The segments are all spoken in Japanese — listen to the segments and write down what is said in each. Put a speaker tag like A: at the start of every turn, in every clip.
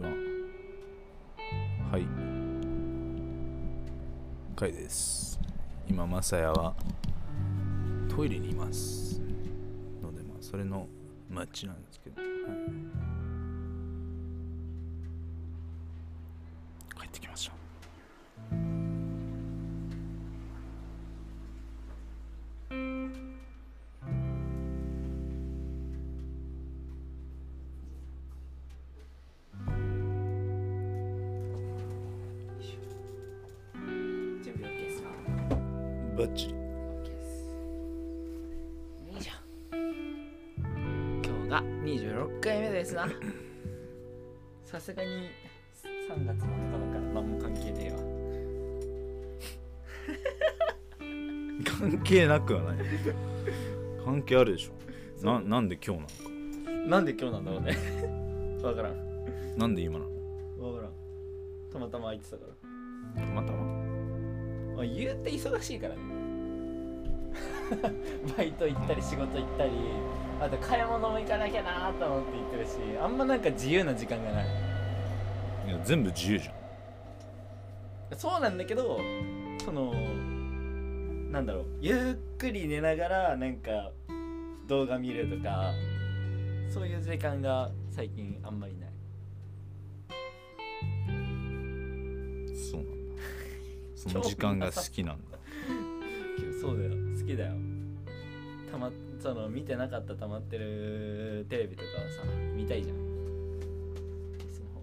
A: なはい回です今マサヤはトイレにいますのでまあそれのマッチなんですけど、はい、帰ってきました
B: 準備 OK ですか
A: バッチリ
B: ?OK です。いいじゃん。今日が26回目ですな。さすがに3月の頭から何も関係ねえわ。
A: 関係なくは ない関係あるでしょな
B: そう
A: なんで今日な
B: なんで今日なんだろうね。 わからん。
A: のなんで今なの
B: わからん。たまたま空いてたか
A: たまたま
B: ら。まあ、言うて忙しいからね。 バイト行ったり仕事行ったり、あと買い物も行かなきゃなーと思って行ってるし、あんまなんか自由な時間がない。
A: いや全部自由じゃん
B: そうなんだけどそのなんだろうゆっくり寝ながらなんか動画見るとかそういう時間が最近あんまりない
A: そうなんだそ の時間が好きなんだ
B: けどそうだよ好きだよたまその見てなかったたまってるテレビとかはさ見たいじゃんスマホ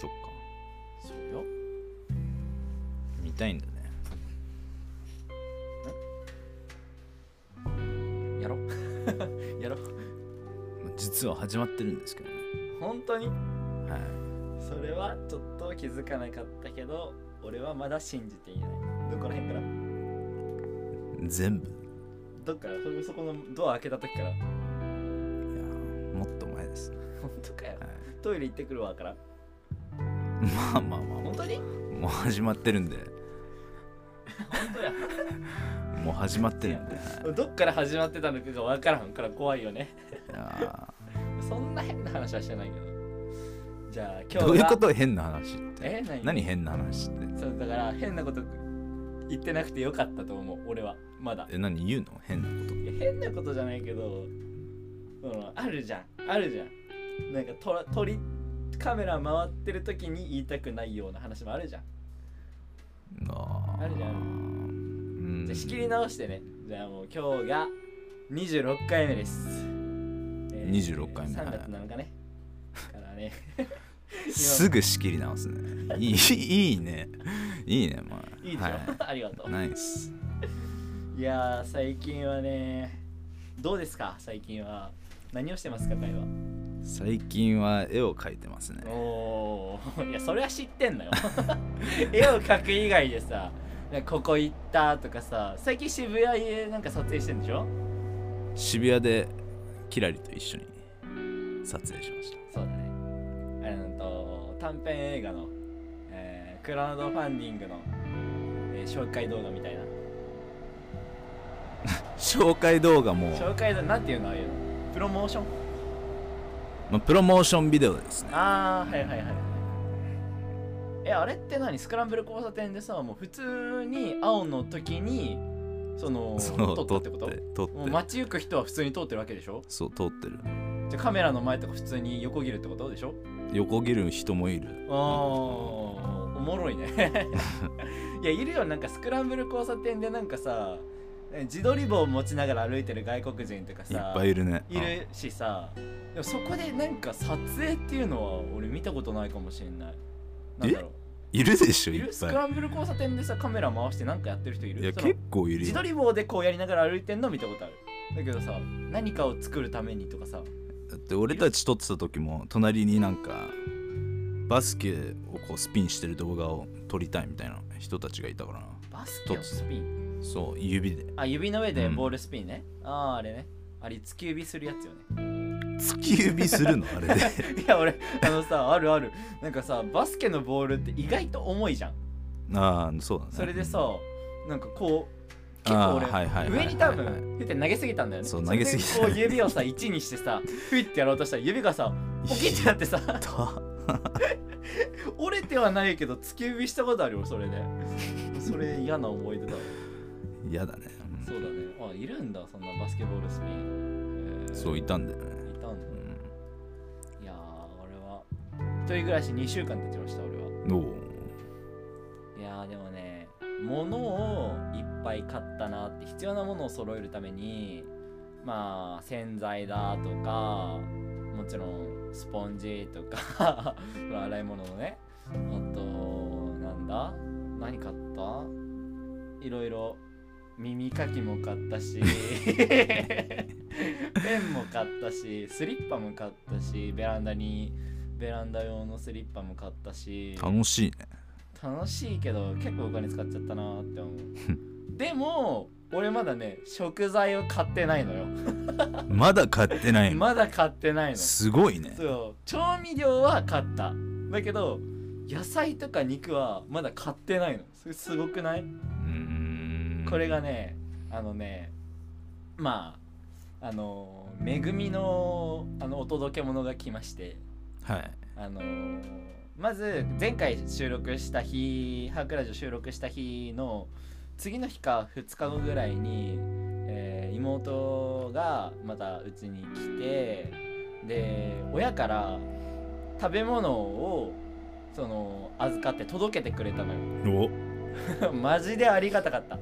A: そっか
B: そうよ
A: 見たいんだね
B: やろ やろ
A: まあ実は始まってるんですけどね
B: 本当に
A: はい
B: それはちょっと気づかなかったけど俺はまだ信じていないどこら辺から
A: 全部い
B: どっからそれそこのドア開けた時から
A: やーもっと前ですね、
B: 本当かよ
A: はい、
B: トイレ行ってくるわから
A: まあまあまあ
B: 本当に
A: もう始まってるんで
B: 本当や
A: もう始まってるんで、はい、
B: どっから始まってたのかがわからんから怖いよね
A: いや
B: そんな変な話はしてないけどじゃあ今日
A: ー
B: は
A: どういうこと変な話って
B: え何
A: 何変な話って
B: そうだから変なこと言ってなくてよかったと思う俺はまだ
A: え何言うの変なこと
B: いや変なことじゃないけどそのあるじゃんあるじゃんなんかとら鳥カメラ回ってる時に言いたくないような話もあるじゃん
A: あー
B: あるじゃん
A: うん
B: じゃあ仕切り直してね。じゃあもう今日が26回目です。え
A: 26回目
B: 3月7日ね。からね。
A: すぐ仕切り直すねいいいいねいいねまあ
B: いいでしょ、
A: は
B: ありがと
A: い、
B: う。
A: ナイス
B: いやー、最近はね、どうですか最近は。何をしてますか会話。
A: 最近は絵を描いてますね
B: おー、いや、それは知ってんのよ。 絵を描く以外でさ、なんかここ行ったとかさ、最近渋谷でなんか撮影してんでしょ
A: 渋谷でキラリと一緒に撮影しました
B: そうだね。あれなんと短編映画の、えークラウドファンディングの、えー紹介動画みたいな。
A: 紹介動画も、
B: 紹介だなんていうのああいうのプロモーション
A: まあ、プロモーションビデオですね
B: ああはいはいはい。えあれって何スクランブル交差点でさもう普通に青の時にその
A: そう
B: 撮ったってこと
A: 撮って撮っ
B: もう
A: て
B: 街行く人は普通に通ってるわけでしょ
A: そう撮ってる
B: じゃあカメラの前とか普通に横切るってことでしょ
A: 横切る人もいる
B: あーおもろ いねいやいるよなんかスクランブル交差点でなんかさ自撮り棒を持ちながら歩いてる外国人とか
A: い
B: さ
A: っぱいいるね
B: いるしさでもそこでなんか撮影っていうのは俺見たことないかもしれないなんだろ
A: うんいるでし
B: う
A: ょ
B: い
A: い
B: る
A: っ
B: スク
A: ぱ
B: ランブル交差点でさカメラ回してなんかやってる人い
A: い
B: る
A: いや
B: その
A: 結構いる
B: 自
A: よ
B: 撮り棒でこうやりながら歩いてんの見たことあるだけどさ何かを作るためにとかさ
A: だって俺たち撮ってた時も隣になんかバスケをこうスピンしてる動画を撮りたいみたいな人たちがいたからな
B: バスケをスピン
A: そう指で
B: あ、指の上で
A: うん
B: ボールスピンね。ああ、あれね。あれ、突き指するやつよね。
A: 突き指するのあれで
B: いや、俺、あのさ、あるある。なんかさ、バスケのボールって意外と重いじゃん。
A: ああそうだね
B: それでさ、なんかこう、結構俺、
A: あーはいはいはい
B: 上に多
A: はいはい
B: 分フって投げすぎたんだよね
A: そう投げすぎた
B: それでこう指をさ1にしてさフイってやろうとしたら指がさポキってなってさ折れてはないけど突き指したことあるよそれでそれ嫌な思い出だわ
A: 嫌だね、うん
B: そうだねあいるんだそんなバスケボールスピン、えー
A: そういたんだよね、
B: いたんだ
A: う
B: いやー俺は一人暮らし2週間経ちました俺は
A: ん、おお
B: いやーでもね物をいっぱい買ったなって必要なものを揃えるためにまあ洗剤だとかもちろんスポンジとか その洗い物のねあとなんだ何買ったいろいろ耳かきも買ったし ペンも買ったしスリッパも買ったしベランダにベランダ用のスリッパも買ったし
A: 楽しいね
B: 楽しいけど結構お金使っちゃったなって思うでも俺まだね食材を買ってないのよ
A: まだ買ってないの
B: まだ買ってないのそ
A: すごいね
B: う調味料は買っただけど野菜とか肉はまだ買ってないのそれすごくない
A: うん
B: これがねあのねまああのめぐみのあのお届け物が来まして
A: はい
B: あのーまず前回収録した日ハークラジオ収録した日の次の日か2日後ぐらいに、えー妹がまたうちに来てで親から食べ物をその預かって届けてくれたのよ
A: お
B: マジでありがたかった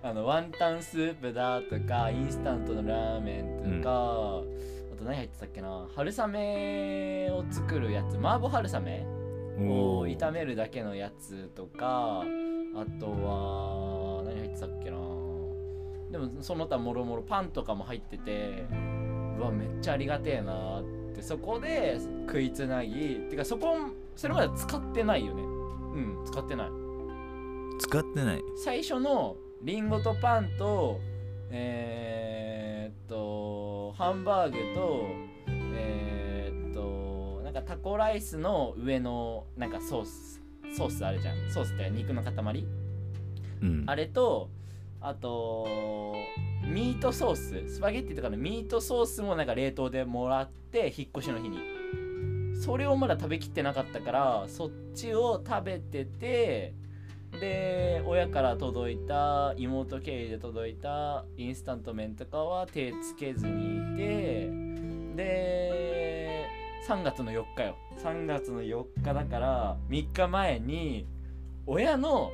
B: あのワンタンスープだとかインスタントのラーメンとか、あと何入ってたっけな春雨を作るやつ麻婆春雨を
A: ー
B: 炒めるだけのやつとかあとは何入ってたっけなでもその他もろもろパンとかも入っててうわめっちゃありがてえなってそこで食いつなぎてかそこそれまで使ってないよねうん使ってない
A: 使ってない
B: 最初のリンゴとパンとえー、っとハンバーグとえー、っとなんかタコライスの上のなんかソースソースあるじゃんソースって肉の塊
A: うん
B: あれとあとミートソーススパゲッティとかのミートソースもなんか冷凍でもらって引っ越しの日にそれをまだ食べきってなかったからそっちを食べててで親から届いた妹経由で届いたインスタント麺とかは手つけずにいてで3月の4日よ3月の4日だから3日前に親の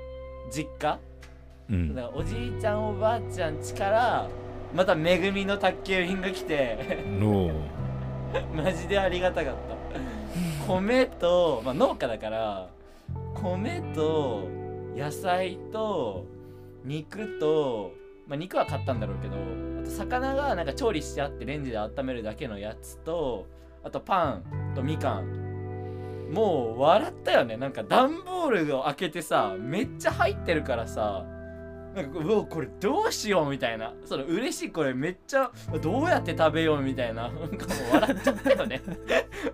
B: 実家
A: うん
B: だからおじいちゃんおばあちゃん家からまためぐみの宅急便が来て
A: おー
B: マジでありがたかった米と、まあ、農家だから米と野菜と肉と、まあ、肉は買ったんだろうけどあと魚がなんか調理してあってレンジで温めるだけのやつとあとパンとみかんもう笑ったよねなんか段ボールを開けてさめっちゃ入ってるからさなんかうわこれどうしようみたいなその嬉しいこれめっちゃどうやって食べようみたいななんかもう笑っちゃったよね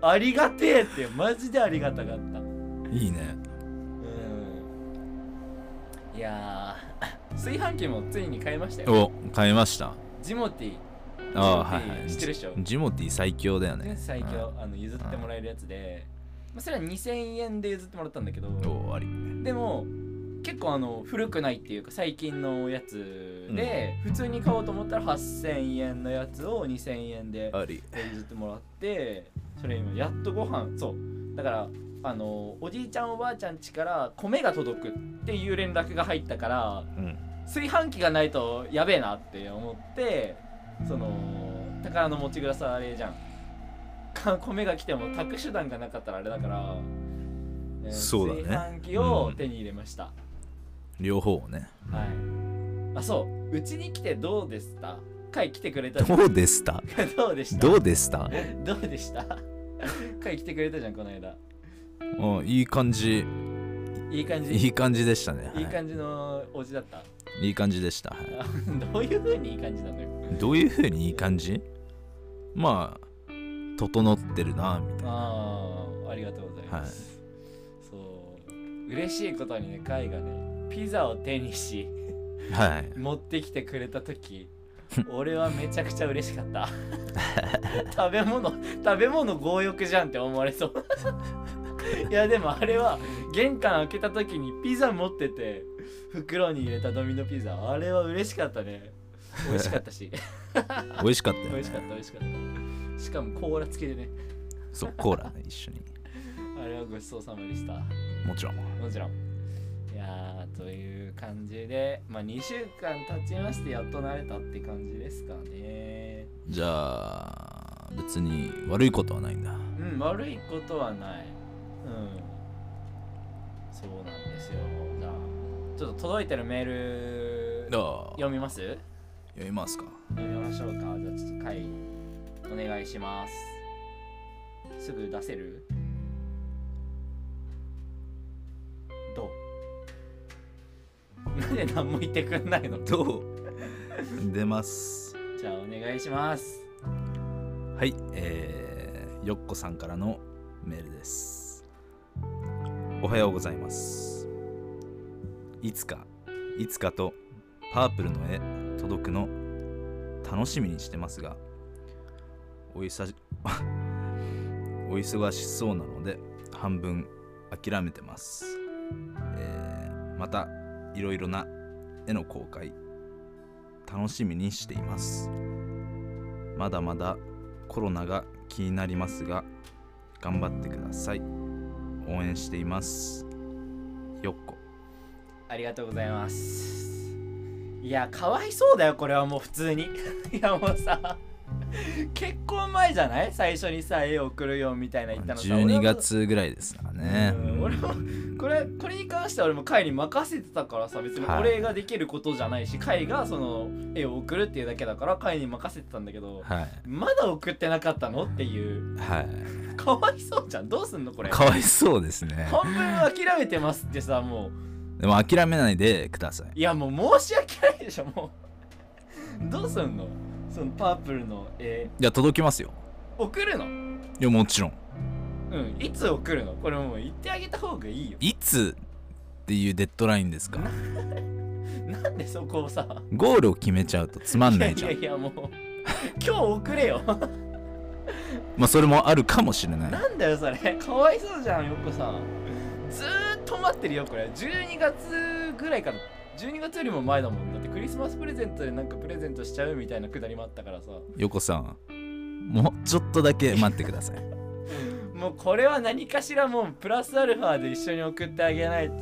B: ありがてえってマジでありがたかった
A: いいね
B: うんいやー炊飯器もついに買いましたよ
A: お買いました
B: ジモティ
A: ああはいは
B: ジモティ
A: い
B: 知ってるでしょ
A: ジジモティ最強だよね
B: 最強あの譲ってもらえるやつで、まあ、それは2000円で譲ってもらったんだけど
A: うんおーあり
B: でも結構あの古くないっていうか最近のやつで、普通に買おうと思ったら8000円のやつを2000円で
A: あり
B: 譲ってもらってそれ今やっとご飯そうだからあのおじいちゃんおばあちゃん家から米が届くっていう連絡が入ったから
A: うん
B: 炊飯器がないとやべえなって思ってその宝の持ち蔵さあれじゃん か米が来ても炊く手段がなかったらあれだから、えー
A: そうだね
B: 炊飯器を手に入れました、
A: 両方をね
B: はいあそううちに来てどうで した会来てくれたじゃん
A: どうでした
B: どうでした
A: どうで した
B: どうでした会来てくれたじゃんこの間
A: うんいい感じ
B: いい感じ
A: いい感じでしたねはい
B: い感じのおじだった、
A: いい感じでしたはい
B: あどういう風にいい感じなのよ
A: どういう風にいい感じまあ整ってるなみたいな
B: ああありがとうございます、そう嬉しいことにね海がねピザを手にし
A: はい
B: 持ってきてくれた時俺はめちゃくちゃ嬉しかった 食べ物食べ物強欲じゃんって思われそう いやでもあれは玄関開けた時にピザ持ってて袋に入れたドミノピザあれは嬉しかったね美味しかったし
A: 美味しかったよ、ね、
B: 美味しかった美味しかったしかもコーラ付きでね
A: そうコーラね一緒に
B: あれはごちそうさまでした
A: もちろん
B: もちろん。いやーという感じで、まあ、2週間経ちましてやっと慣れたって感じですかね。
A: じゃあ別に悪いことはないんだ
B: うん、悪いことはない。うん。そうなんですよ。じゃあ、ちょっと届いてるメール
A: あ
B: 読みます
A: 読みますか
B: 読みましょうか。じゃあ、ちょっと回お願いします。すぐ出せるどうなんで何も言ってくんないの
A: どう 出ます
B: じゃあお願いします。
A: はいえー、よっこさんからのメールですおはようございますいつかいつかとパープルの絵届くの楽しみにしてますがおいさお忙しそうなので半分諦めてます、えーまたいろいろな絵の公開楽しみにしていますまだまだコロナが気になりますが頑張ってください応援していますよっこ
B: ありがとうございます。いや、かわいそうだよ、これはもう普通に。 いや、もうさ、結婚前じゃない最初にさ、絵を送るよみたいな言ったのさ。俺
A: 12
B: も
A: 月ぐらいですからね
B: うん俺もこれこれに関しては俺も会に任せてたからさ別に
A: はい
B: 俺ができることじゃないし会がその絵を送るっていうだけだから会に任せてたんだけど
A: はい
B: まだ送ってなかったのっていう
A: はい
B: かわいそうじゃんどうすんのこれ
A: かわいそうですね
B: 半分諦めてますってさもう
A: でも諦めないでください
B: いやもう申し訳ないでしょもうどうすんのそのパープルの絵
A: いや届きますよ
B: 送るの
A: いやもちろん
B: うんいつ送るのこれもう言ってあげた方がいいよ
A: いつっていうデッドラインですか
B: なんでそこをさ
A: ゴールを決めちゃうとつまんないじゃん
B: いやいやいやもう今日送れよ
A: まあそれもあるかもしれない
B: なんだよそれかわいそうじゃんよっこさんずーっと待ってるよこれ12月ぐらいから12月よりも前だもんだってクリスマスプレゼントでなんかプレゼントしちゃうみたいなくだりもあったからさ
A: 横さんもうちょっとだけ待ってください
B: もうこれは何かしらもうプラスアルファで一緒に送ってあげないと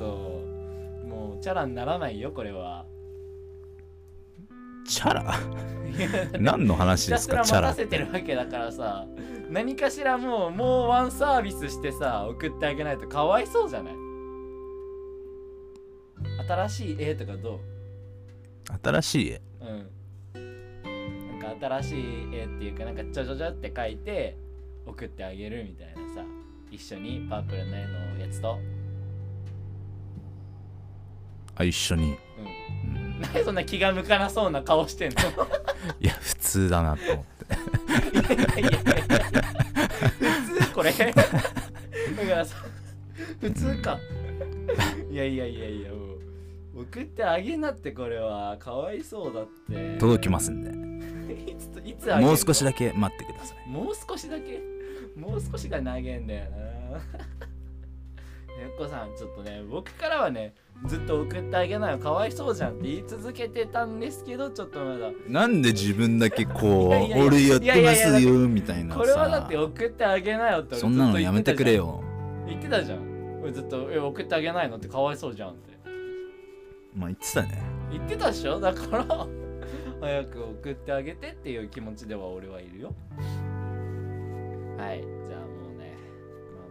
B: もうチャラにならないよこれは
A: チャ ラ何の話
B: ひ
A: で
B: た
A: す
B: す
A: からチャ
B: 待
A: ラ
B: た
A: っ
B: せて
A: て
B: るわけだからさ何かしらもうもうワンサービスしてさ送ってあげないとかわいそうじゃない新しい絵とかどう
A: 新しい絵
B: うんなんか新しい絵っていうかなんかちょちょちょって描いて送ってあげるみたいなさ一緒にパープルの絵のやつと
A: あ一緒に、
B: うん
A: うん
B: なん でそんな気が向かなそうな顔してんの
A: いや普通だなと思って
B: いやいやいや普通これ だからさ普通かいやいやいやいやもう送ってあげなってこれはかわいそうだって
A: 届きますんで
B: いつといつあげんの
A: もう少しだけ待ってください
B: もう少しだけもう少しが投げんだよな ねっこさんちょっとね僕からはねずっと送ってあげないよかわいそうじゃんって言い続けてたんですけどちょっとまだ
A: なんで自分だけこう
B: いやいやいや
A: 俺やってま
B: いやいや
A: す
B: いや
A: よみたいな
B: これはだって
A: さ
B: 送ってあげなよって俺ずっと
A: そんなのやめてくれよ
B: 言ってたじゃん言ってたじゃん俺ずっとえ送ってあげないのってかわいそうじゃんって
A: まあ言ってたね
B: 言ってたでしょだから早く送ってあげてっていう気持ちでは俺はいるよはいじゃあもうね、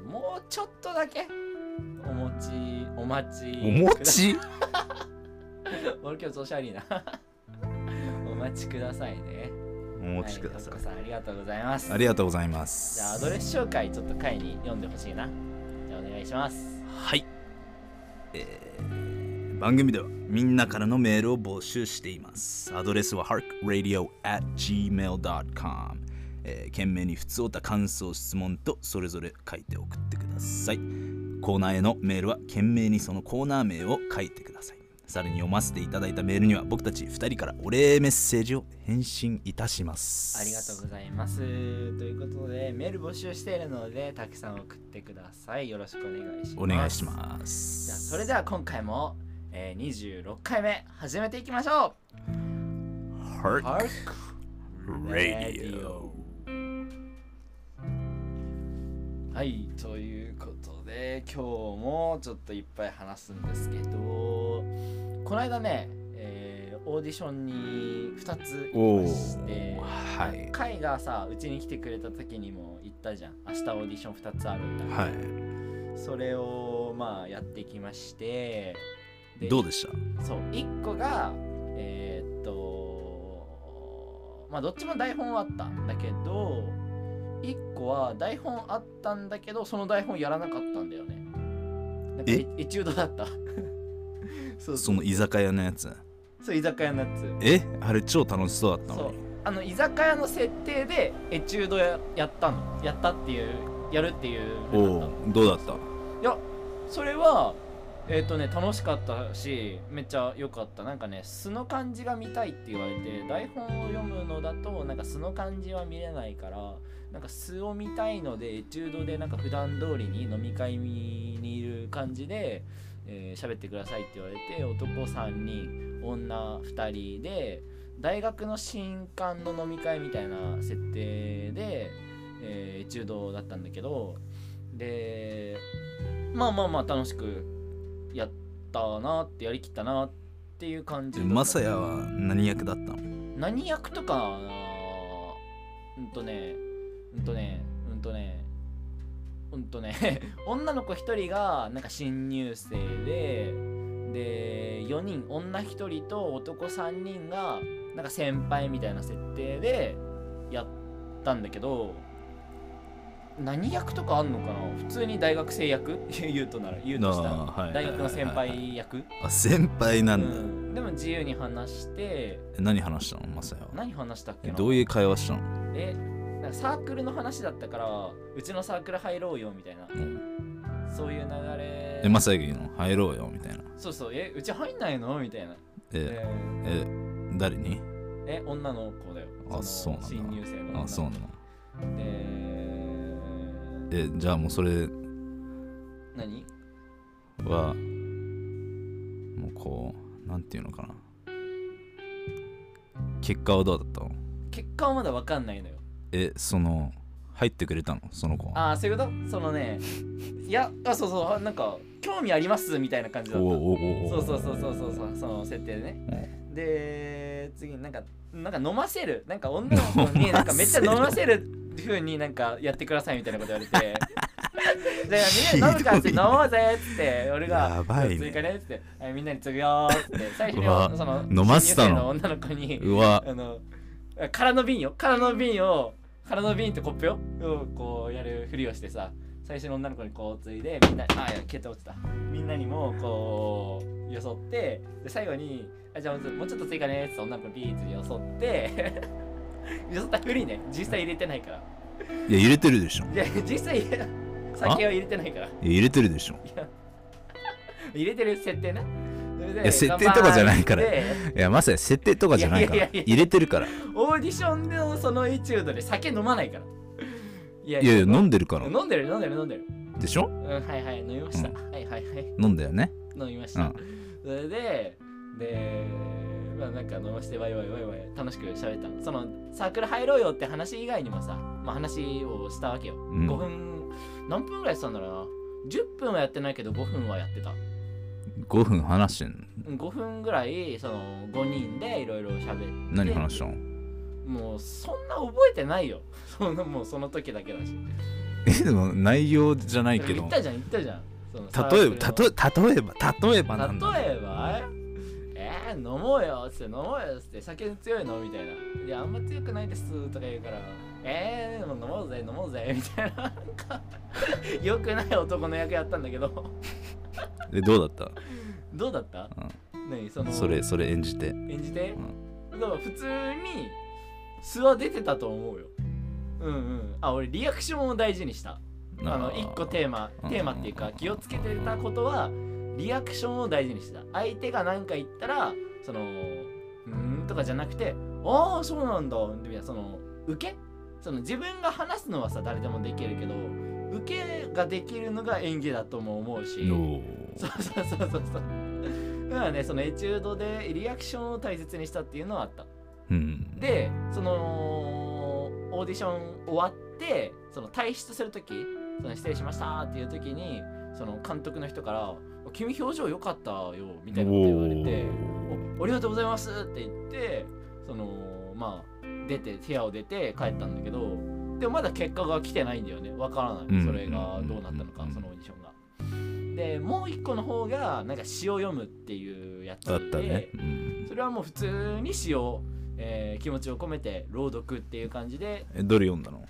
B: まあもうちょっとだけお待ちお待ち
A: お餅
B: 俺今日調子悪いな お待ちくださいね
A: お餅ください
B: はい、おっこさんありがとうございます
A: ありがとうございます
B: じゃあアドレス紹介ちょっと会に読んでほしいなじゃあお願いします
A: はい、えー番組ではみんなからのメールを募集していますアドレスは harkradio.gmail.com えー、懸命に普通おた感想質問とそれぞれ書いて送ってくださいコーナーへのメールは懸命にそのコーナー名を書いてくださいさらに読ませていただいたメールには僕たち2人からお礼メッセージを返信いたします
B: ありがとうございます。ということで、メール募集しているので、たくさん送ってください。よろしくお願いします。
A: お願いし
B: す。
A: ます
B: じゃあ、それでは今回も、えー、26回目、始めていきましょう
A: Hark
B: パーク
A: Radio
B: はい、ということで、今日もちょっといっぱい話すんですけど、この間ね、えーオーディションに2つ行
A: お
B: きまし
A: ー
B: て、
A: はい
B: カイがさうちに来てくれた時にも言ったじゃん明日オーディション2つあるんだけど、
A: は
B: それをまあやってきまして
A: いどうでした
B: そう1個がえーっとまあどっちも台本はあったんだけど1個は台本あったんだけどその台本やらなかったんだよねなんか
A: え
B: エエチュードだった そうそ
A: その居酒屋のやつ
B: うそう居酒屋のやつ
A: えあれ超楽しそうだった
B: そ
A: の
B: う
A: に
B: あの居酒屋の設定でエチュードややったのやったっていうやるっていう
A: お
B: のだっ
A: おーどうだった
B: たいやそれはえっ、とね楽しかったしめっちゃ良かったなんかね素の感じが見たいって言われて台本を読むのだとなんか素の感じは見れないからなんか素を見たいのでエチュードでなんか普段通りに飲み会にいる感じでえー喋ってくださいって言われて男3人女2人で大学の新刊の飲み会みたいな設定で、えー、エチュードだったんだけどでまあまあまあ楽しくやったなってやりきったなっていう感じ
A: で
B: だった
A: マサヤは何役だったの
B: 何役とかうんとねうんとねうんとねうんとね 女の子1人がなんか新入生でで4人女1人と男3人がなんか先輩みたいな設定でやったんだけど何役とかあんのかな普通に大学生役 言うとなら言うとしたら、
A: あーはい
B: 大学の先
A: はいはい
B: 輩役
A: あ先輩な
B: うん
A: だ
B: んでも自由に話して
A: え何話したのマサヤは
B: 何話したっけ
A: え
B: な
A: どういう会話したの
B: えなんかサークルの話だったからうちのサークル入ろうよみたいな
A: うん
B: そういう流れ
A: えマサヤが言うの入ろうよみたいな
B: そうそうえうち入んないのみたいな
A: え
B: え
A: え誰に
B: え女の子だよ
A: あ
B: その
A: そうな
B: 新
A: んだ
B: 入生の女
A: あそうなの
B: で
A: えじゃあもうそれ
B: 何
A: はもうこうなんていうのかな結果はどうだったの
B: 結果はまだ分かんないのよ
A: えその入ってくれたのその子は
B: ああそういうことそのねいやあそうそうあなんか興味ありますみたいな感じだ
A: お
B: った
A: おおおお
B: そうそうそうそうそうそうその設定でね、で次なんかなんか飲ませるなんか女の子に
A: 飲ませる
B: なんかめっちゃ飲ませる風になんかやってくださいみたいなこと言われ てでみんなで飲むからって
A: ひ
B: 飲
A: どいね
B: もうぜっつって俺が
A: やばいね
B: 追加ねっつってはいみんなに継ぐよーっつって最初に
A: うわ
B: その
A: 飲ませたの
B: 新入生の女の子に
A: うわ
B: あの空の瓶よ空の瓶を空の瓶とコップよをこうやるふりをしてさ最初の女の子にこうついでみんなあ消えて落ちたみんなにもこうよそってで最後にあじゃあもうちょっと追加ねーっつって女の子にビーズよそって よそったふりね実際入れてないから
A: いや入れてるでしょい
B: いや実際入れ酒は入れてないから
A: や入れてるでしょ
B: 入れてる設定なそれで
A: いや設定とかじゃないから
B: 乾杯って
A: いやまさに設定とかじゃないから
B: いやいやいや
A: 入れてるからい
B: オーディションのそのエチュードで酒飲まないからいや
A: やいや飲んでるから
B: 飲んでる飲んでる飲んでる
A: でしょ
B: うんはいはい飲みました、
A: う
B: はいはいはい
A: 飲んだよね
B: 飲みまし
A: う
B: た、
A: ん
B: それででまあなんか飲ましてワイワイワイワイ楽しく喋ったのそのサークル入ろうよって話以外にもさ、まあ、話をしたわけよ、
A: ん
B: 5分何分ぐらいしたんだろうな10分はやってないけど5分はやってた
A: 5分話してんの
B: うん5分ぐらいその5人でいろいろ喋って
A: 何話したの
B: もうそんな覚えてないよ そんなもうその時だけだし
A: えでも内容じゃないけ
B: 言
A: ど
B: ったじゃん言ったじゃんそのサーク
A: 例
B: ル
A: え
B: の
A: ば例え例えば例えばなんだ
B: 例えばえー、飲もうよっつって飲もうよっつって酒強いのみたいな「いやあんま強くないです」とか言うから「えー、もう飲もうぜ飲もうぜ」みたい ななんかよくない男の役やったんだけど
A: えどうだっ
B: どうだった
A: た、
B: 何そ
A: うん、
B: の
A: それそれ演じて
B: 演じて
A: う、
B: だから普通に素は出てたと思うようんうんあ俺リアクションを大事にしたあの一個テーマ
A: うん
B: テーマっていうか気をつけてたことはリアクションを大事にしてた相手が何か言ったらその「うーん」とかじゃなくて「ああそうなんだ」みたいなその受けその自分が話すのはさ誰でもできるけど受けができるのが演技だとも思うし
A: お
B: そ
A: ー
B: うそうそうそうそうだからねそのエチュードでリアクションを大切にしたっていうのはあった
A: うん
B: でそのオーディション終わってその退出する時その失礼しましたっていう時にその監督の人から「君表情良かったよ」みたいなこと言われて「おありがとうございます」って言ってそのまあ出て部屋を出て帰ったんだけどでもまだ結果が来てないんだよねわから
A: う
B: なんいそれがどうなったの
A: う
B: か
A: ん
B: そのオーディションが。でもう一個の方がなんか詩を読むっていうやつで
A: あったね、うん
B: それはもう普通に詩を、えー気持ちを込めて朗読っていう感じで
A: えどれ読んだの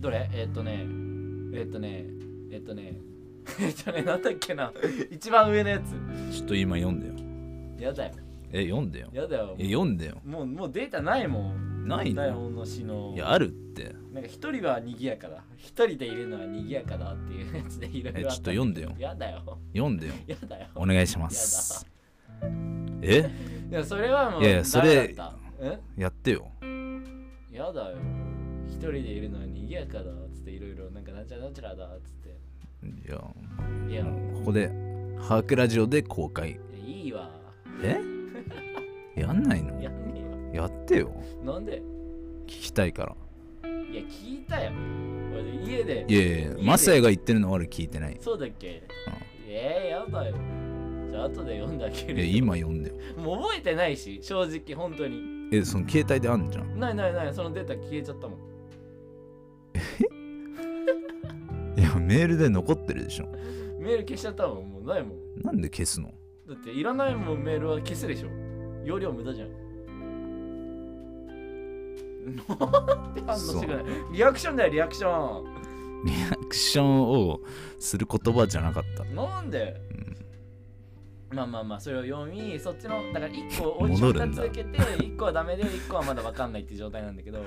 B: どれえーっとねえーっとねえーっとねえーっとね なんだっけな一番上のやつ
A: ちょっと今読んでよ
B: やだよ
A: え読んでよ
B: やだよ
A: え読んでよ
B: もうもうデータないもん
A: ない
B: 台
A: の
B: 本の詩の
A: いやあるって
B: なんか一人は賑やかだ一人でいるのは賑やかだっていうやつでいろい
A: えちょ
B: ろ
A: っ
B: あ
A: と
B: た
A: 読んでよ
B: やだよ
A: 読んでよ
B: やだよ
A: お願いしますえ
B: いやそれはもう
A: いやいやそれ
B: ダメだった
A: やってよ
B: んやだよ一人でいるのは賑やかだっつっていろいろなんかなんちゃらなんちゃらだっつって
A: いや
B: いや、
A: ここでハークラジオで公開
B: いいわ。
A: えやんないの
B: やんね
A: やってよ
B: えわ。なんで
A: 聞きたいから
B: いや、聞いたよ。俺家で。
A: いやいやいやマサヤが言ってるのは俺聞いてない
B: そうだっけえー、やだよ。じゃあ、後で読んだけ
A: いや
B: ど。
A: 今読んでよ
B: もう覚えてないし、正直、本当に。
A: えその携帯であんじゃん
B: ないないない、そのデータ消えちゃったもん。
A: いやメールで残ってるでしょ
B: メール消しちゃったもん、もうないもん。
A: なんで消すの
B: だって、いらないもん、メールは消すでしょ。容量無駄じゃん。 なんて反応してくれない。リアクションだよ、リアクション。
A: リアクションをする言葉じゃなかった
B: なんで、まあまあまあそれを読みそっちのだから1個オーディショ
A: 戻る
B: ン
A: ん
B: 2つ
A: だ
B: 受けて1個はダメで1個はまだ分かんないって状態なんだ けど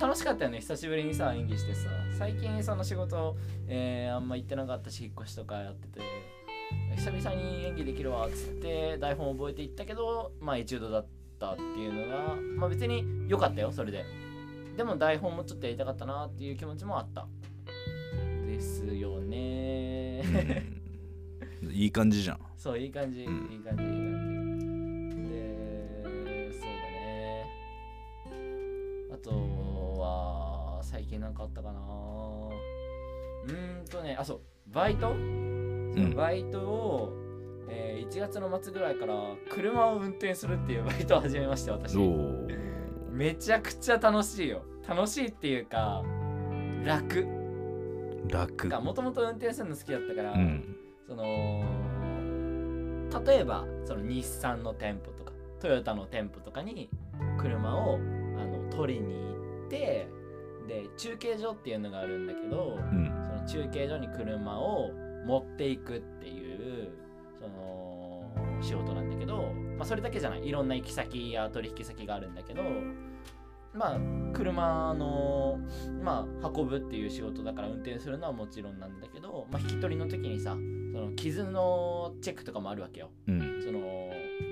B: 楽しかったよね久しぶりにさ演技してさ最近その仕事、えーあんま行ってなかったし引っ越しとかやってて久々に演技できるわっつって台本覚えていったけどまあエチュードだったっていうのがまあ別に良かったよそれででも台本もちょっとやりたかったなっていう気持ちもあったですよね
A: うんいい感じじゃん
B: そういい感じ、
A: うん
B: いい感じいい感じでそうだねあとは最近なんかあったかなうーんとねあそうバイト、そのバイトを、えー1月の末ぐらいから車を運転するっていうバイトを始めまして私
A: おー
B: めちゃくちゃ楽しいよ楽しいっていうか楽
A: 楽
B: もともと運転するの好きだったから、
A: うん
B: その例えばその日産の店舗とかトヨタの店舗とかに車をあの取りに行ってで中継所っていうのがあるんだけど
A: うん
B: その中継所に車を持っていくっていうその仕事なんだけど、まあ、それだけじゃないいろんな行き先や取引先があるんだけどまあ車の、まあ、運ぶっていう仕事だから運転するのはもちろんなんだけど、まあ、引き取りの時にさその傷のチェックとかもあるわけよ。
A: うん
B: その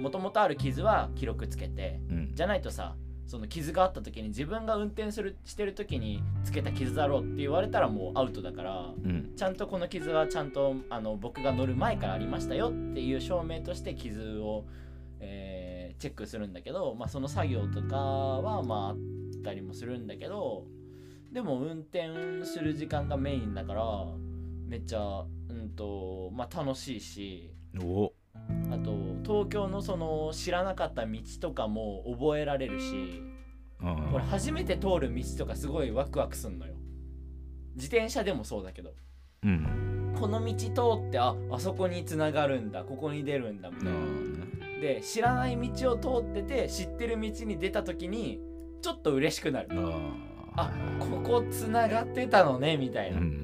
B: もともとある傷は記録つけて
A: うん
B: じゃないとさその傷があった時に自分が運転するしてる時につけた傷だろうって言われたらもうアウトだから
A: うん
B: ちゃんとこの傷はちゃんとあの僕が乗る前からありましたよっていう証明として傷を、えーチェックするんだけど、まあ、その作業とかはまああったりもするんだけどでも運転する時間がメインだからめっちゃ、うんとまあ、楽しいし
A: お
B: あと東京のその知らなかった道とかも覚えられるし
A: うん
B: 俺初めて通る道とかすごいワクワクすんのよ自転車でもそうだけど
A: うん
B: この道通ってああそこに繋がるんだここに出るんだみたいなで知らない道を通ってて知ってる道に出た時にちょっと嬉しくなる
A: あー
B: あここ繋がってたのねみたい
A: うんうう
B: なん
A: ん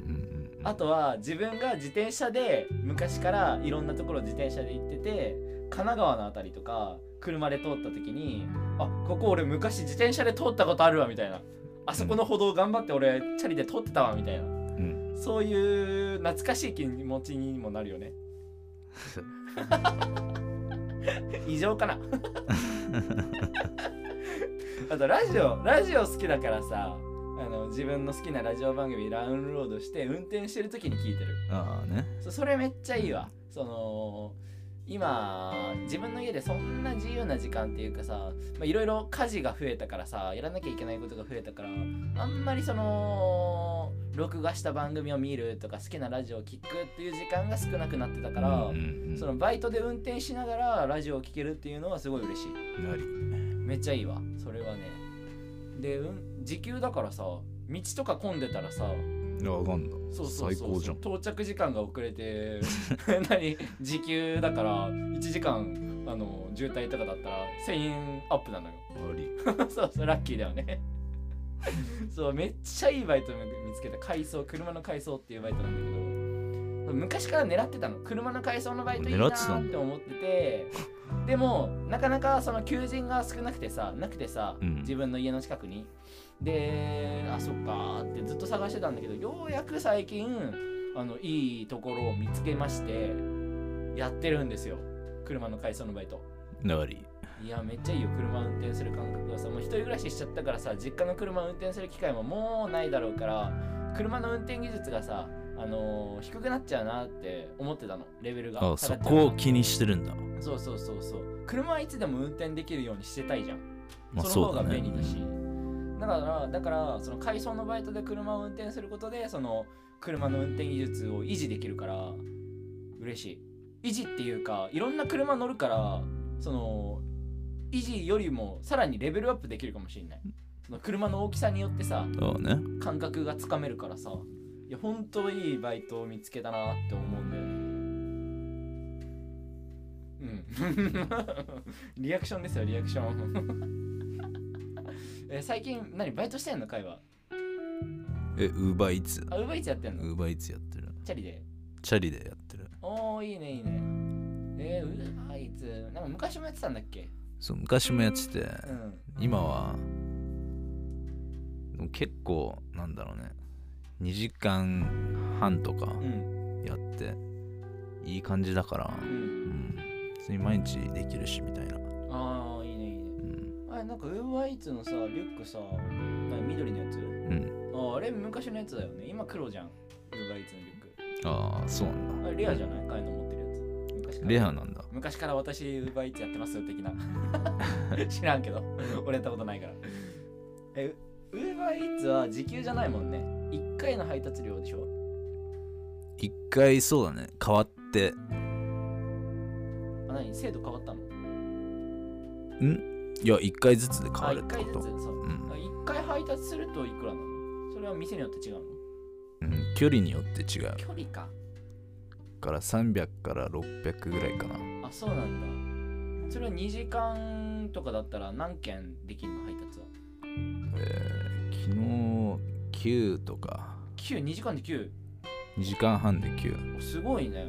A: うん
B: あとは自分が自転車で昔からいろんなところ自転車で行ってて神奈川の辺りとか車で通った時にあここ俺昔自転車で通ったことあるわみたいなあそこの歩道頑張って俺チャリで通ってたわみたいな
A: うん
B: そういう懐かしい気持ちにもなるよね異常かなあとラジオラジオ好きだからさあの自分の好きなラジオ番組ダウンロードして運転してる時に聞いてる
A: ああね
B: そそれめっちゃいいわその今自分の家でそんな自由な時間っていうかさまあいろいろ家事が増えたからさやらなきゃいけないことが増えたからあんまりその録画した番組を見るとか好きなラジオを聴くっていう時間が少なくなってたから、
A: うんうんうん
B: そのバイトで運転しながらラジオを聴けるっていうのはすごい嬉しい
A: なり
B: めっちゃいいわそれはねで、うん、時給だからさ道とか混んでたらさ
A: いやわかんだ
B: そうそう
A: 最
B: そ
A: 高
B: う
A: じゃん
B: 到着時間が遅れて 何時給だから1時間あの渋滞とかだったら1000円アップなのよ
A: あり
B: そうそうラッキーだよね そうめっちゃいいバイト見つけた改装車の改装っていうバイトなんだけど昔から狙ってたの車の改装のバイトいいな
A: 狙ってた
B: ー
A: ん
B: っ
A: だ
B: て思っててでもなかなかその求人が少なくてさなくてさ、
A: うん
B: 自分の家の近くにであそっかーってずっと探してたんだけどようやく最近あのいいところを見つけましてやってるんですよ車の改装のバイト
A: なり
B: いやめっちゃいいよ車運転する感覚がさもう一人暮らししちゃったからさ実家の車運転する機会ももうないだろうから車の運転技術がさあのー低くなっちゃうなって思ってたのレベルが
A: あそ
B: 下がっちゃうな
A: こを気にしてるんだ
B: そうそうそうそう車はいつでも運転できるようにしてたいじゃん
A: まあ
B: その
A: そ
B: 方
A: うだ
B: が
A: ね
B: 便利だし、だからだからその改装のバイトで車を運転することでその車の運転技術を維持できるから嬉しい維持っていうかいろんな車乗るからその維持よりもさらにレベルアップできるかもしれないその車の大きさによってさ
A: そうね
B: 感覚がつかめるからさいや本当いいバイトを見つけたなって思うんだよねうん リアクションですよリアクション え最近何バイトしてんの会話
A: えウーバーイーツ
B: あウーバーイーツやってん
A: ウ
B: の
A: ーバーイーツやってる
B: チャリで
A: チャリでやってる
B: おーいいねいいねえー、ウーバーイーツなんか昔もやってたんだっけ
A: そう昔もやってて
B: うん
A: 今はでも結構なんだろうね2時間半とか
B: うん
A: やっていい感じだから、
B: う
A: うんん、普通に毎日できるしみたいな、
B: ああいいねいいね
A: うん
B: あれなんかウーバーイーツのさリュックさ何緑のやつ
A: うん、
B: ああれ昔のやつだよね。今黒じゃん。ウーバーイーツのリュック。
A: ああそうなんだ
B: あれレアじゃないカイの持ってるやつ。昔から
A: レアなんだ
B: 昔から私ウーバーイーツやってますよ的な。 知らんけど。俺やったことないから。え、ウーバーイーツは時給じゃないもんね。1回の配達料でしょ
A: 一回そうだね変わって
B: あ、何制度変わったの
A: いや一回ずつで変わるっ
B: あ、1
A: て
B: 回ず
A: こ
B: つ。
A: と、
B: そう。
A: うん
B: 1回配達するといくらなのそれは店によって違うの
A: うん、距離によって違う
B: 距離か。
A: から300から600ぐらいかな
B: あ、そうなんだ。それは2時間とかだったら何件できんの配達は
A: えー、昨日9とか
B: ?9、2時間で 9?
A: 2時間半で9
B: おすごいね。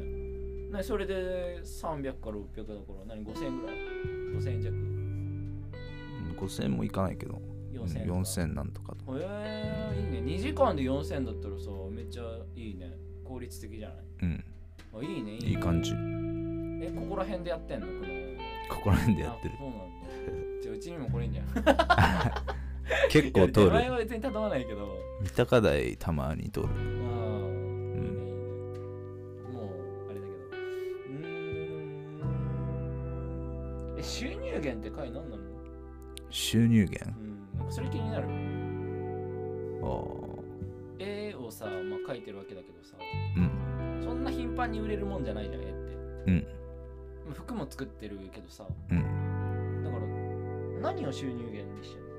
B: なそれで300から600だから何5000円ぐらい ?5000 円弱
A: うん5000もいかないけどうん
B: ?4000 円とか。
A: 4000なんとかと
B: えー、いいね。2時間で4000だったらさ、めっちゃいいね。効率的じゃない
A: うん
B: あいいね、いいね。
A: いい感じ
B: え、ここら辺でやってんのこの。
A: ここら辺でやってる
B: あそうなんだ。じゃあうちにもこれいいん じゃん。
A: 結構通
B: いや出前
A: る
B: は別に畳まないけど。
A: 三鷹台たまに通る
B: あー
A: う
B: いいねいいね
A: ん
B: もうあれだけどうーんえ収入源って回何なの
A: 収入源
B: うんなんかそれ気になる
A: ああ
B: 絵をさ、まあ、描いてるわけだけどさ
A: うん
B: そんな頻繁に売れるもんじゃないじゃん絵って
A: うん
B: まあ服も作ってるけどさ
A: うん
B: だから何を収入源にしてるのか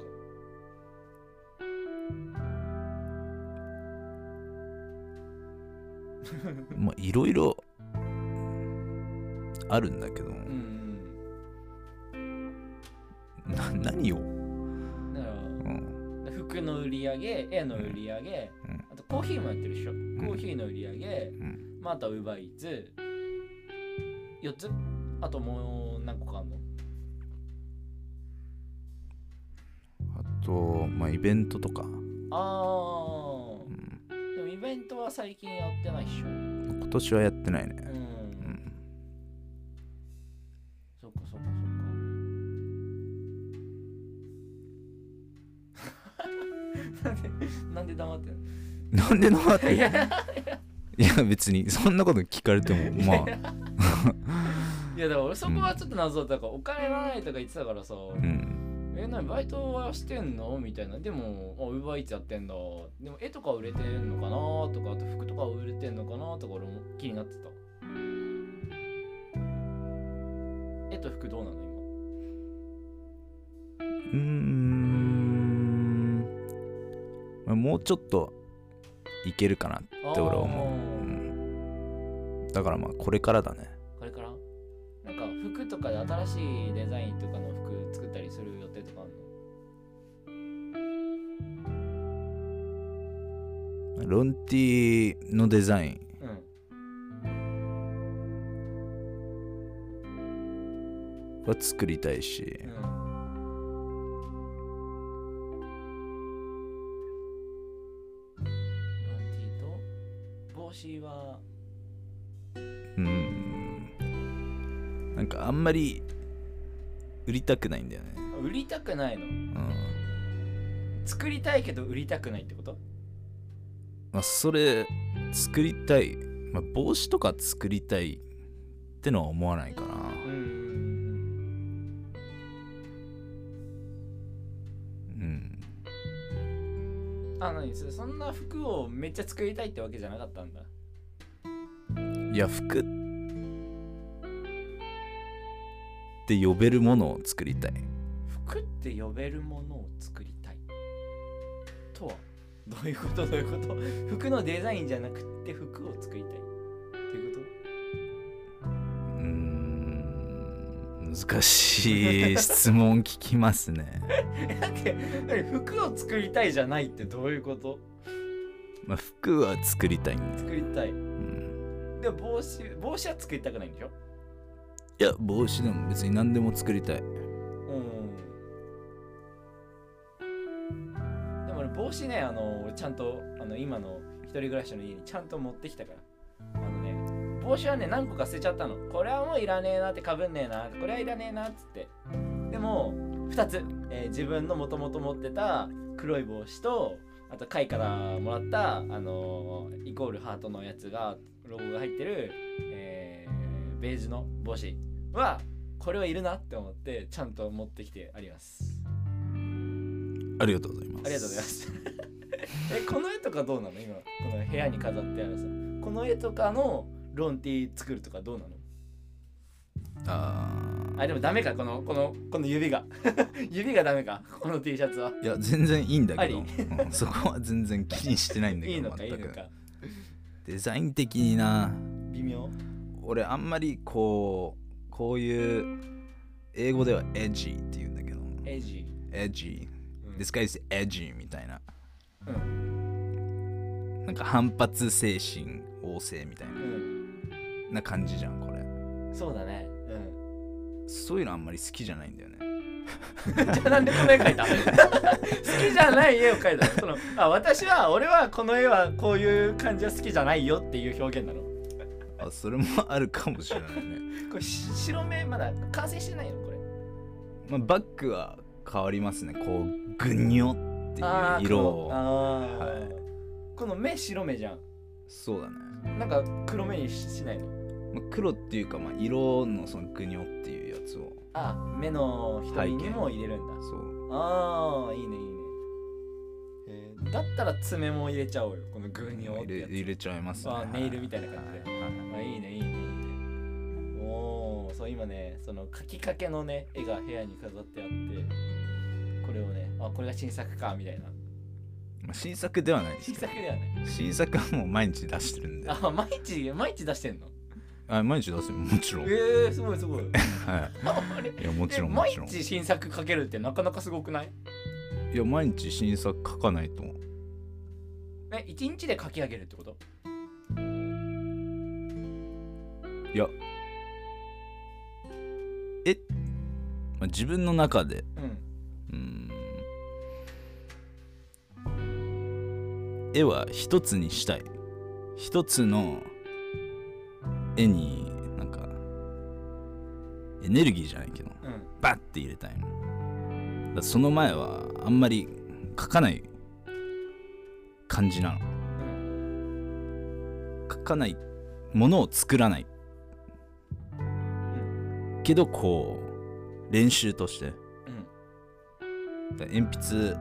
A: まあいろいろあるんだけど、
B: うん
A: な何を、
B: だか
A: う
B: ら
A: ん、
B: 服の売り上げ絵の売り上げ、
A: うん
B: あとコーヒーもやってるでしょ、コーヒーの売り上げ、
A: ん
B: まあ、あとはウーバーイーツ4つあともう何個かあんの
A: あとまあイベントとか、
B: あ
A: うん、
B: ーでもイベントは最近やってないっしょう
A: 今年はやってないね、
B: ん
A: うん、
B: なんで黙ってんの
A: なんで黙って
B: い
A: いや
B: や
A: 別にそんなこと聞かれてもまあ
B: いやでも俺そこはちょっと謎だったから、お金がないとか言ってたからさ、
A: うん
B: えなにバイトはしてんのみたいなでもあウーバーイーツやってんだでも絵とか売れてんのかなとかあと服とか売れてんのかなとか俺も気になってた絵と服どうなの今
A: うーんまあもうちょっといけるかなって俺は思う、う
B: あ
A: ん、だからまあこれからだね
B: ーこれからなんか服とかで新しいデザインとかの服作ったりする予定とかあるの
A: ロンティーのデザイン
B: うん
A: は作りたいし、
B: うんロンティーと帽子は
A: うんなんかあんまり売りたくないんだよね、
B: 売りたくないの
A: うん
B: 作りたいけど売りたくないってこと
A: まあ、それ作りたい、まあ、帽子とか作りたいってのは思わないかな
B: うん
A: うん
B: あ何そそんな服をめっちゃ作りたいってわけじゃなかったんだ
A: いや服って呼べるものを作りたい
B: 服って呼べるものを作りたいとはどういうことどういうこと服のデザインじゃなくって服を作りたいっていうこ
A: うーん難しい質問聞きますね、
B: とだって何服を作りたいじゃないってどういうこと
A: まあ、服は作りたいんだ、
B: 作りたい
A: うん、
B: でも帽子帽子は作りたくないんでしょ
A: いや帽子でも別に何でも作りたい
B: うん。でも俺帽子ね、あの、俺ちゃんと、あの、今の一人暮らしの家にちゃんと持ってきたから。あのね、帽子はね、何個か捨てちゃったの。これはもういらねえなって、かぶんねえな、これはいらねえなっつって。でも、2つ、えー自分のもともと持ってた黒い帽子と、あと、貝からもらった、あのーイコールハートのやつが、ロゴが入ってる、えーベージュの帽子は、これはいるなって思ってちゃんと持ってきてあります
A: ありがとうございます
B: ありがとうございますえこの絵とかどうなの今この部屋に飾ってあるさこの絵とかのロンティー作るとかどうなの
A: あ
B: あでもダメかこのこのこの指が 指がダメかこの T シャツは
A: ーいや全然いいんだけど、
B: あ
A: うんそこは全然気にしてないんだけど
B: いいのかいい
A: 全
B: の
A: く
B: か
A: デザイン的にな
B: 微妙
A: 俺あんまりこうこういう英語ではエッジーって言うんだけど
B: エイジ
A: エッジ
B: ー、う
A: ー
B: ん
A: This guy is edgy みたいな
B: うん
A: なんか反発精神旺盛みたいなな感じじゃんこれ
B: うんそうだねうん
A: そういうのあんまり好きじゃないんだよね
B: じゃあなんでこの絵描いた 好きじゃない絵を描いたのそのあ私は俺はこの絵はこういう感じは好きじゃないよっていう表現なの
A: あそれもあるかもしれないね、
B: これし白目まだ完成してないのこれ
A: まあ、バッグは変わりますねこうグニョっていう色
B: こ
A: を
B: の,、
A: は
B: この目白目じゃん
A: そうだね、
B: なんか黒目にししないの
A: まあ、黒っていうか、まあ、色のそのグニョっていうやつを
B: あ目の瞳にも入れるんだ
A: そう
B: ああいいねいいね、えーだったら爪も入れちゃおうよこのグニョっ
A: 入
B: て
A: れ
B: やつ
A: 入れちゃいますね
B: あネイルみたいな感じで
A: はいはい
B: あいいねいいねいいねおおそう今ねその描きかけのね絵が部屋に飾ってあってこれをねあこれが新作かみたいな
A: まあ、新作ではないです
B: 新
A: けど
B: 作で はない
A: 新作はもう毎日出してるんで
B: あ毎日毎日出してんの
A: あ毎日出すよ もちろん、
B: ええー、すごいすごい。
A: は
B: あれ
A: い、いやもちろん
B: え
A: も
B: 毎
A: ちろんい
B: 日新作書けるってなかなかすごくない
A: や毎日新作書かないと
B: え、一日で書き上げるってこと
A: いやえ、まあ、自分の中で
B: うん。
A: うーん絵は一つにしたい一つの絵になんかエネルギーじゃないけど
B: うん。
A: バッて入れたいのだからその前はあんまり書かない感じなの
B: うん
A: 書かないものを作らないけどこう練習として
B: うん
A: だから鉛筆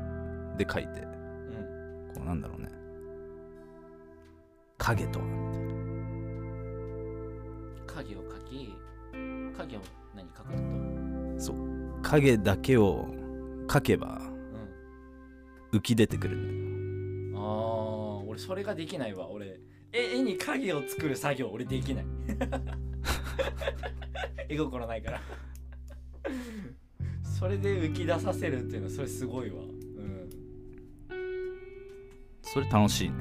A: で書いて
B: うん
A: こうなんだろうね影とはみたいな
B: 影を描き影を何描くのと
A: そう影だけを描けば
B: う
A: 浮き出てくるんだよ
B: んああ俺それができないわ俺え絵に影を作る作業俺で きない絵心ないからそれで浮き出させるっていうのはそれすごいわうん
A: それ楽しいね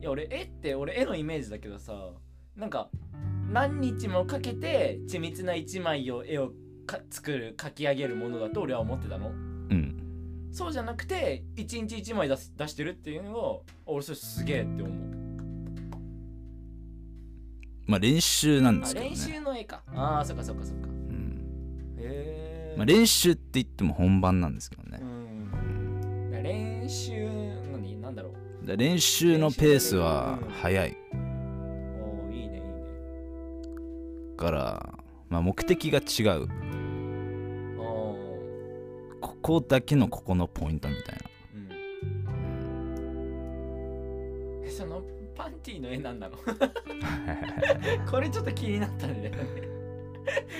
B: いや俺絵って俺絵のイメージだけどさなんか何日もかけて緻密な一枚を絵をか作る描き上げるものだと俺は思ってたの
A: うん
B: そうじゃなくて一日一枚出す出してるっていうのをあ俺それすげえって思う
A: まあ練習なんで
B: あ
A: すけどね
B: 練習の絵かあーそっかそっかそっか
A: うん
B: へえ
A: まあ、練習って言っても本番なんですけどね
B: う、んだから練習何なんだろう
A: だ練習のペースは速い
B: おーいいねいいね
A: から、まあ、目的が違う
B: おー
A: ここだけのここのポイントみたいな
B: うんえ そのパンティの絵なんなの これちょっと気になったんだよね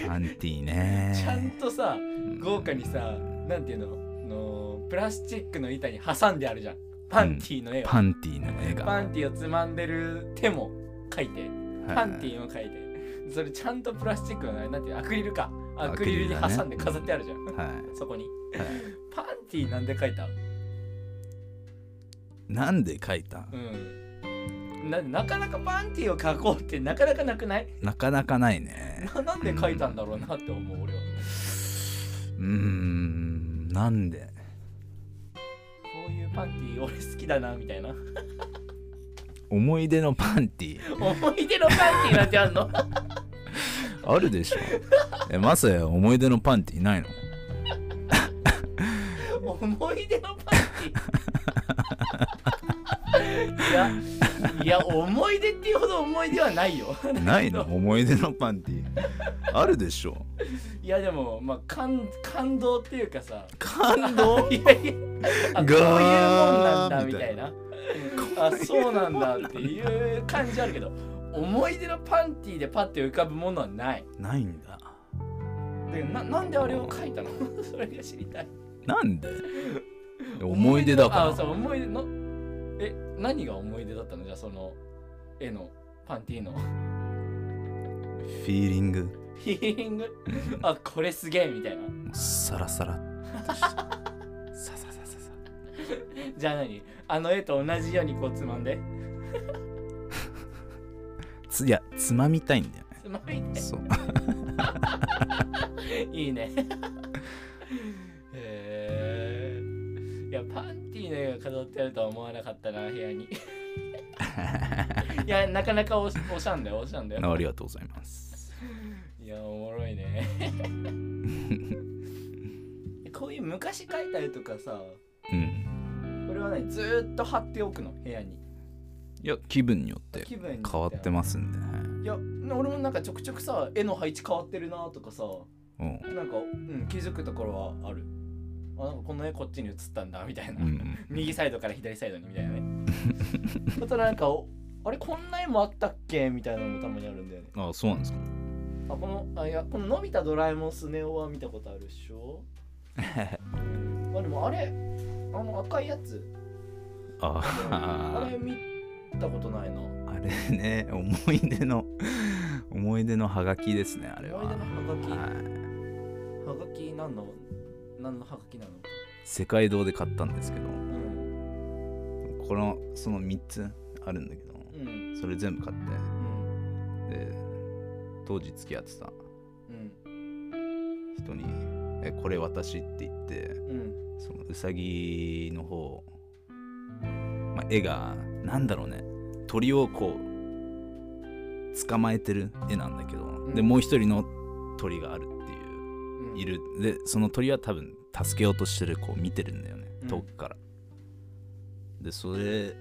A: パンティー
B: ちゃん
A: ね
B: とさ
A: うん
B: 豪華にさなんていうののプラスチックの板に挟んであるじゃんパンティの絵を、
A: パンティーの絵が
B: パンティをつまんでる手も描いて
A: はい
B: パンティも描いてそれちゃんとプラスチックのなんていうアクリルかアクリルに挟んで飾ってあるじゃん、
A: は
B: そこに
A: い、はい、
B: パンティなんで描いた
A: なんで描いた
B: うんななかなかパンティを描こうってなかなかなくない
A: なかなかないね
B: ななんで書いたんだろうなって思う俺は
A: うーんなんで
B: こういうパンティ俺好きだなみたいな
A: 思い出のパンティー
B: 思い出のパンティなんてあんの
A: あるでしょえまさや思い出のパンティーないの
B: 思い出のパンティいやいや思い出っていうほど思い出はないよ
A: ないの思い出のパンティーあるでしょ
B: いやでもまあ感感動っていうかさ
A: 感動
B: いやいやあこういうもんなん
A: ガ
B: だ
A: ー
B: み
A: み
B: た
A: た
B: い
A: い
B: な
A: な
B: あそうなんだっていう感じあるけど思い出のパンティでパッて浮かぶものはない
A: ないんだ
B: でななんであれを書いたの それが知りたい
A: なんで思い出だ
B: あそ
A: か
B: う思い出のえ何が思い出だったのじゃあその絵のパンティの
A: らフィーリング
B: ヒーリングあこれすげえみたいな
A: サラサラさささささ
B: じゃあ何あの絵と同じようにこうつまんで
A: ついやつまみたいんだよね
B: つまみて
A: そう
B: いいね へえいやパンティの絵が飾ってあるとは思わなかったな部 屋にいやなかなかおしおしゃんだよおしゃんだよ
A: ありがとうございます
B: いやおもろいね こういう昔描いた絵とかさ
A: うん
B: これはねずーっと貼っておくの部屋に
A: いや気分によって
B: 気分によって
A: 変わってますんで、はい
B: いや俺もなんかちょくちょくさ絵の配置変わってるなとかさ
A: うん
B: なんか、うん、気づくところはあるあなんかこの絵こっちに映ったんだみたいな、
A: うん
B: 右サイドから左サイドにみたいな ねあとなんかおあれこんな絵もあったっけみたいなのもたまにあるんだよね
A: うん、あそうなんですか
B: あこのあいやこののび太ドラえもんスネ夫は見たことあるっし ょまあでもあれあの赤いやつ あ
A: あ
B: れ見たことないな
A: ああれね思い出の思い出のハガキですねあ
B: あ
A: れは
B: 思い出のハガキハ
A: はい
B: ガキ何の何のハガキなの
A: 世界堂で買ったんですけど
B: うん
A: このその3つあるんだけど
B: うん
A: それ全部買っ
B: うん
A: てで当時付き合ってた
B: うん
A: 人に「えこれ私」って言って
B: うん
A: そのうさぎの方、まあ、絵がなんだろうね鳥をこう捕まえてる絵なんだけどで
B: うん
A: もう一人の鳥があるっていう
B: うん
A: いるでその鳥は多分助けようとしてる子を見てるんだよね
B: うん
A: 遠くから、でそれ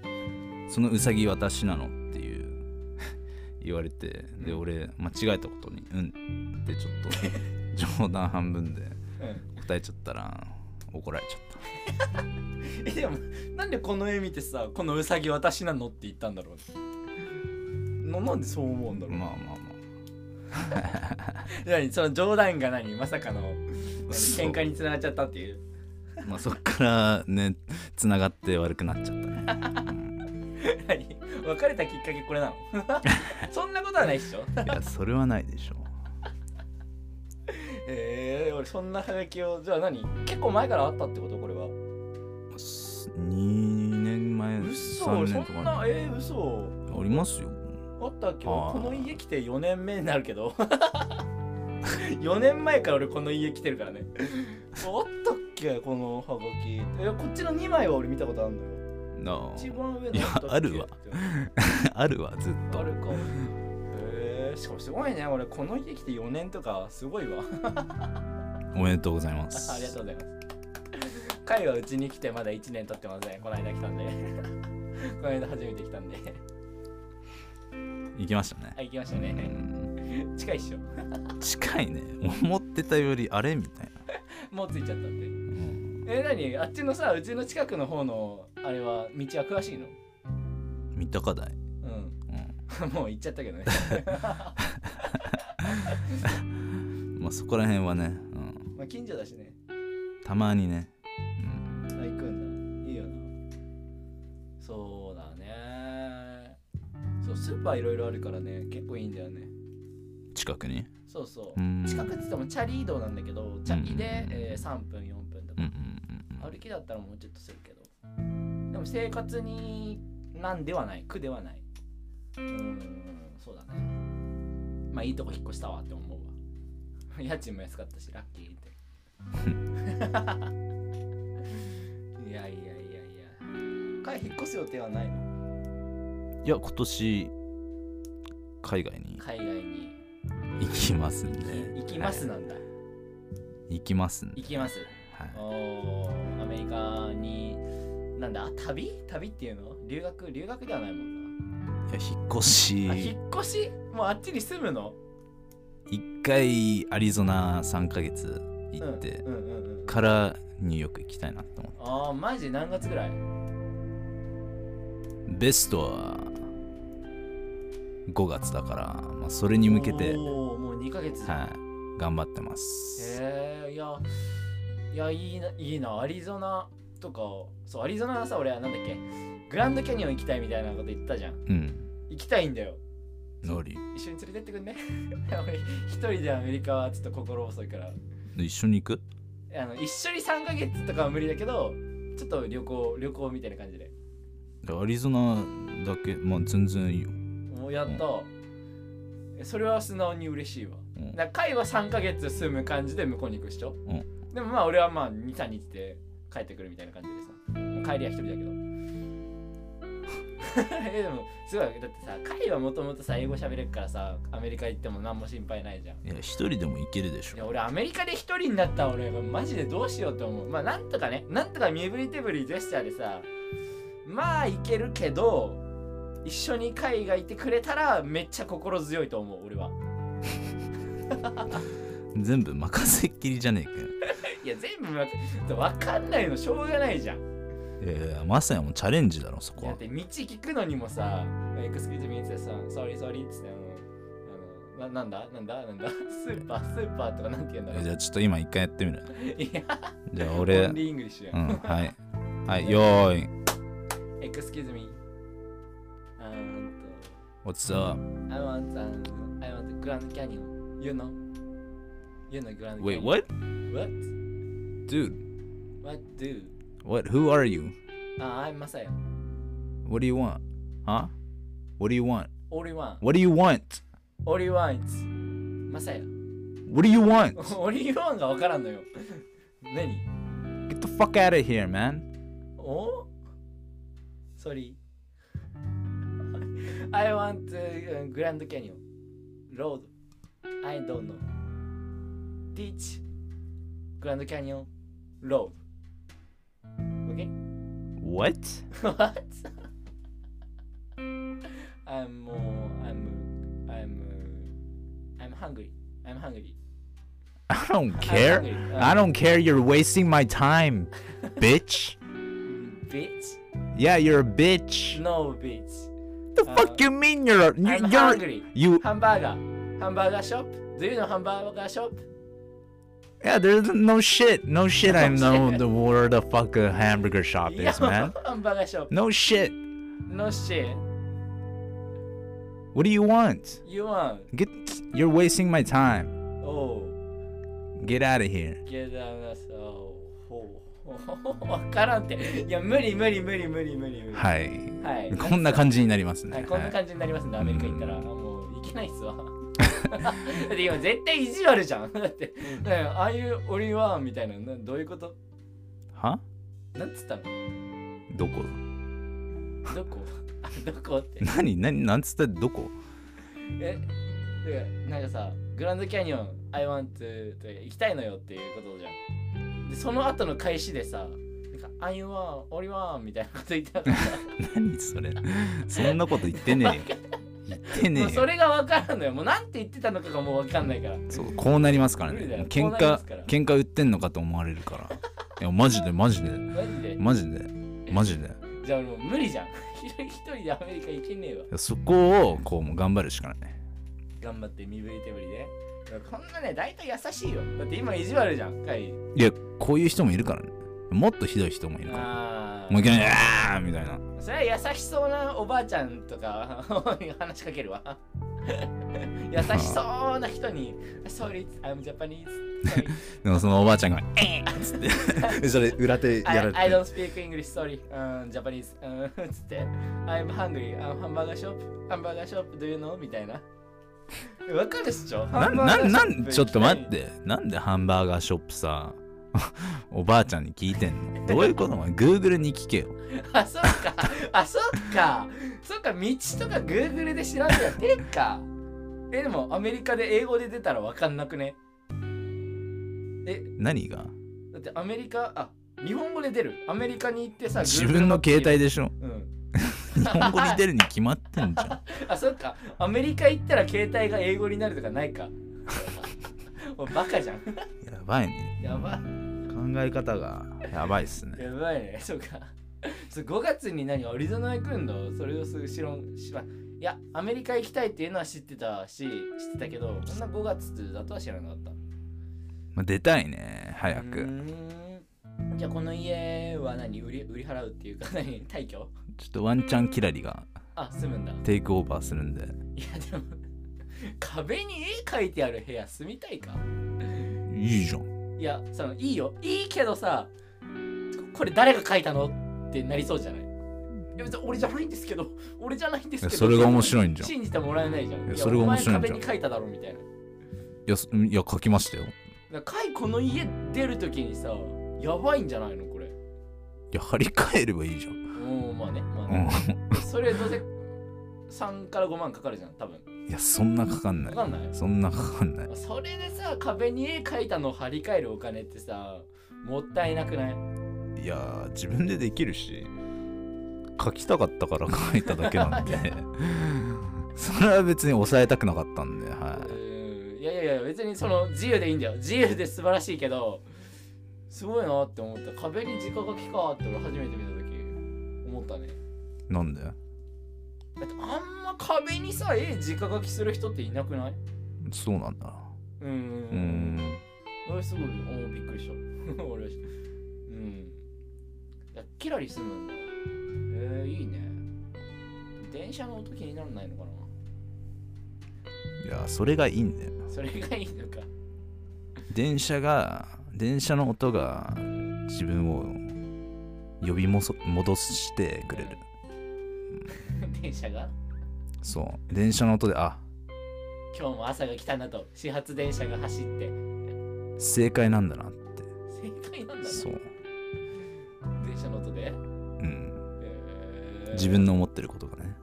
A: そのウサギ私なのっていう 言われてで
B: うん
A: 俺間違えたことに「うん」ってちょ っと冗談半分で
B: うん
A: 答えちゃったら怒られちゃった
B: えでもなんでこの絵見てさこのウサギ私なのって言ったんだろうななんでそう思うんだろう、
A: まあまあま
B: 何その冗談が何まさかの
A: あ
B: 何喧嘩につながっちゃったっていう
A: そうまあ、そっからねつながって悪くなっちゃったね
B: 何別れたきっかけこれなの そんなことはないっしょ
A: いやそれはないでしょ
B: えー、俺そんなハガキをじゃあ何結構前からあったってことこれは
A: 2年前
B: 嘘
A: 3年と
B: そん
A: か
B: なえー、嘘
A: にありますよ
B: あったっけ
A: あー
B: 俺この家来て4年目になるけど 4年前から俺この家来てるからねあったっけこのハガキえこっちの2枚は俺見たことあるのよ
A: なあ
B: 一番上の
A: いや
B: ったっけ
A: あるわ あるわずっ
B: あ
A: と
B: るかえー、しかもすごいね俺この家来て4年とかすごいわ
A: おめでとうございます
B: ありがとうございます彼はうちに来てまだ1年経ってませんこの間来たんで この間初めて来たんで
A: 行きましたね
B: あ行きました
A: う
B: ね
A: ん
B: 近いっしょ
A: 近いね思ってたよりあれみたいな、
B: もう着いちゃったんで
A: うん
B: え何あっちのさうちの近くの方のあれは道は詳しいの
A: 三鷹台、
B: うん もう行っちゃったけ どね
A: うんまあ、そこら辺はね、うん、
B: まあ近所だしね
A: たまにね、
B: あ行くんだいいよなそうだねそうスーパーいろいろあるからね結構いいんだよね
A: うん、近くに
B: そうそううん近くって言ってもチャリ移動なんだけどチャリで
A: う、ん
B: えー3分4分と
A: うん
B: か
A: うんうんうん
B: 歩きだったらもうちょっとするけどでも生活になんではない苦ではないうーんそうだねまあいいとこ引っ越したわって思うわ 家賃も安かったしラッキーって いやいやいやいや彼引っ越す予定はないの
A: いや今年海外に
B: 海外に
A: 行きますんで
B: 行きます
A: は
B: なんだ、
A: い行きますんで
B: 行きます
A: はい
B: おーアメリカになんだ旅旅っていうの留学留学ではないもんな
A: や引っ越
B: あ
A: し
B: 引っ越しもうあっちに住むの
A: 1回アリゾナ3ヶ月行って、
B: うんうんうんうん、
A: からニューヨーク行きたいなと思って
B: ああマジ何月ぐらい
A: ベストは5月だから、まあ、それに向けて、
B: おーもう2ヶ月、
A: はい、頑張ってます
B: へえいやいやいいないいなアリゾナとかそうアリゾナはさ俺はなんだっけグランドキャニオン行きたいみたいなこと言ったじゃん
A: うん
B: 行きたいんだよ
A: ノリ
B: 一緒に連れてってくんね 俺一人でアメリカはちょっと心細いから
A: 一緒に行く
B: あの一緒に3ヶ月とかは無理だけどちょっと旅行旅行みたいな感じで
A: アリゾナだけ、まあ、全然いいよ、
B: もうやった、えそれは素直に嬉しいわ
A: うん
B: だから海は3ヶ月住む感じで向こうに行くっしょ、でもまあ俺はまあ23日で帰ってくるみたいな感じでさもう帰りは一人だけど えでもすごいだってさ海はもともとさ英語喋れるからさアメリカ行っても何も心配ないじゃん
A: いや一人でも行けるでし
B: いや
A: ょ
B: 俺アメリカで一人になった俺マジでどうしようと思うまあなんとかねなんとか身振り手振りジェスチャーでさまあいけるけど一緒に海外行ってくれたらめっちゃ心強いと思う俺は
A: 全部任せっきりじゃねえかよ
B: いや全部わかわかんないのしょうがないじゃん
A: いやいやまさやもうチャレンジだろそこ
B: だ
A: は
B: って道聞くのにもさ、エクスキューズミーツさ、ソリソリっつってあの、あの、ななんだなんだなん だスーパー、スーパーとかなんて言うんだろ
A: え
B: う。
A: じゃあちょっと今一回やってみる
B: いや、
A: じゃあ
B: オ
A: 俺
B: ンリーイングリッシュや。
A: うんんはいはいよーい
B: エクスキューズミー。あーん
A: What's up?
B: と、I want, a- I want Grand Canyon. You know? You know Grand
A: Wait,
B: Canyon.
A: what?
B: What?
A: Dude,
B: What do?
A: what? Who are you?
B: あ、I'm Masaya.
A: What do you want? Huh? What do you want?
B: Only one.
A: What do you want?
B: Only one. It's Masaya.
A: What do you want?
B: Only one がわからんのよ。何
A: Get the fuck out of here, man.
B: お ?Sorry. I want uh, Grand Canyon. Road. I don't know. Teach Grand Canyon Road. Okay?
A: What?
B: What? I'm もう I'm I'm I'm hungry. I'm hungry.
A: I don't
B: I'm
A: care.
B: hungry.
A: I don't care. You're wasting my time, bitch.
B: Bitch?
A: Yeah, you're a bitch.
B: No bitch.
A: The fuck you mean you're a-
B: Uh, I'm
A: you're
B: hungry.
A: you?
B: ハンバーガー。ハンバーガーショップ Do you know ハンバーガーショップ
A: Yeah, there's no shit. No shit. I
B: No
A: know the where the fuck a hamburger shop
B: いや
A: is,
B: ハ
A: man.
B: ンバーガーショップ
A: No shit.
B: No shit.
A: What do you want?
B: You want.
A: Get. You're wasting my time.
B: Oh.
A: Get out of here.
B: ゲダナさほう。 わからんって。いや、無理無理無理無理無理無理。
A: はい。
B: は い。
A: こんな感じになります
B: は
A: ね。
B: い、こんな
A: はい
B: 感じになりますんで、アメリカ行ったら、もう行けないっすわ。 だって今絶対意地悪じゃん。 だって、ねああいう俺はみたいな、などういうこと
A: は
B: なんつったの
A: どこ
B: どこ あどこって。
A: 何何なんつったどこ
B: えでなんかさ、グランドキャニオン、I want to とか行きたいのよっていうことじゃん。で、その後の開始でさ、なんか、I want, 俺はみたいなこと言って なかった。
A: 何それそんなこと言ってね えよ。言ってね
B: もう
A: え
B: そ
A: よ。
B: れが分からんのよもうなんて言ってたのかがもう分かんないから
A: そうこうなりますからね
B: 無理だよ。
A: 喧
B: こうなりま
A: 嘩
B: すから
A: 喧嘩売ってんのかと思われるから。いやマジでマジで
B: マジで
A: マジでマジで。い
B: じゃあ俺もう無理じゃん 一人でアメリカ行けねえわ
A: やそこをこうもう頑張るしかない。
B: 頑張って身振り手振りでこんなね大体優しいよだって今意地悪じゃんカイリー
A: いやこういう人もいるからね。もっとひどい人もいるから。
B: あ
A: もういきなりあーみたいな。
B: あそれは優しそうなおばあちゃんとか 話しかけるわ 優しそうな人に「Sorry, I'm Japanese
A: でもそのおばあちゃんが「えーっ!」つって それ裏手 や
B: I,
A: られ
B: I
A: て
B: don't speak English, sorry、うん Japanese、うん つって、I'm hungry、あハンバーガーショップ、ハンバーガーショップ、do you know? みたいな。わかるっしょ
A: なななんちょっと待っ。
B: ハンバーガーショップ行き
A: てなんでハンバーガーショップさ おばあちゃんに聞いてんのどういうことなの ?Google に聞けよ
B: たいあ、そっか。あ、そっか。そっか、道とか Google で調べやってっか。え、でもアメリカで英語で出たらわかんなくね。
A: 何が
B: だってアメリカ、あ、日本語で出る。アメリカに行ってさ、
A: 自分の携帯
B: で。
A: でしょ
B: うん。
A: 日本語に出るに決まってんじ ゃ
B: あ、そっか。アメリカ行ったら携帯が英語になるとかないか。 おバカじゃん。
A: んやばいね
B: やば
A: 考え方がやばいっすね
B: やばいね そうかそう5月に何アリゾナ行くんだそれをすぐ知らんしまいやアメリカ行きたいっていうのは知ってたし知ってたけどそんな5月だとは知らなかった
A: まあ出たいね早
B: うー
A: く
B: んじゃあこの家は何売り売り払うっていうか 何退去
A: ちょっとワンチャンキラリが
B: あ住むんだい
A: テイクオーバーするんで
B: やでも壁に絵描いてある部屋住みたいか
A: いいじゃん
B: いやそのいいよいいけどさこれ誰が描いたのってなりそうじゃないいや別に俺じゃないんですけど俺じゃないんですけど
A: いやそれが面白いんじゃん
B: 信じてもらえないじゃん
A: いや
B: いや
A: それが面白いんじゃん
B: お前壁に描いただろみたいない
A: やすいや書きましたよい
B: だからカイこの家出るときにさやばいんじゃないのこれ
A: や張り替えればいいじゃん
B: うんまあねまあね、
A: う
B: それどうせ3から5万かかるじゃん多分
A: んいやそんなかかんな
B: わ
A: い
B: かんない
A: そんなかかんない
B: それでさ壁に絵描いたのを張り替えるお金ってさもったいなくない
A: いやー自分でできるし書きたかったから 書いただけなん でそれは別に抑えたくなかったんでは
B: うんいやいやいや別にその自由でいいんだよ自由で素晴らしいけどすごいなって思った壁に直書きかって俺初めて見た時思ったね
A: いなんで
B: だってあんま壁にさ絵直書きする人っていなくない
A: そうなんだ
B: うん
A: うーん
B: 俺すごいおーびっくりした 俺はうんいやキラリ住むんだえー、いいね電車の音気にならないのか
A: いやそれがいいんだよ
B: なそれがいいのか
A: 電車が電車の音が自分を呼びもそ戻してくれる
B: 電車が
A: そう電車の音であ
B: 今日も朝が来たなと始発電車が走って
A: 正解なんだなって
B: 正解なんだな
A: そう、
B: 電車の音で、
A: うん、
B: えー
A: 自分の思ってることがね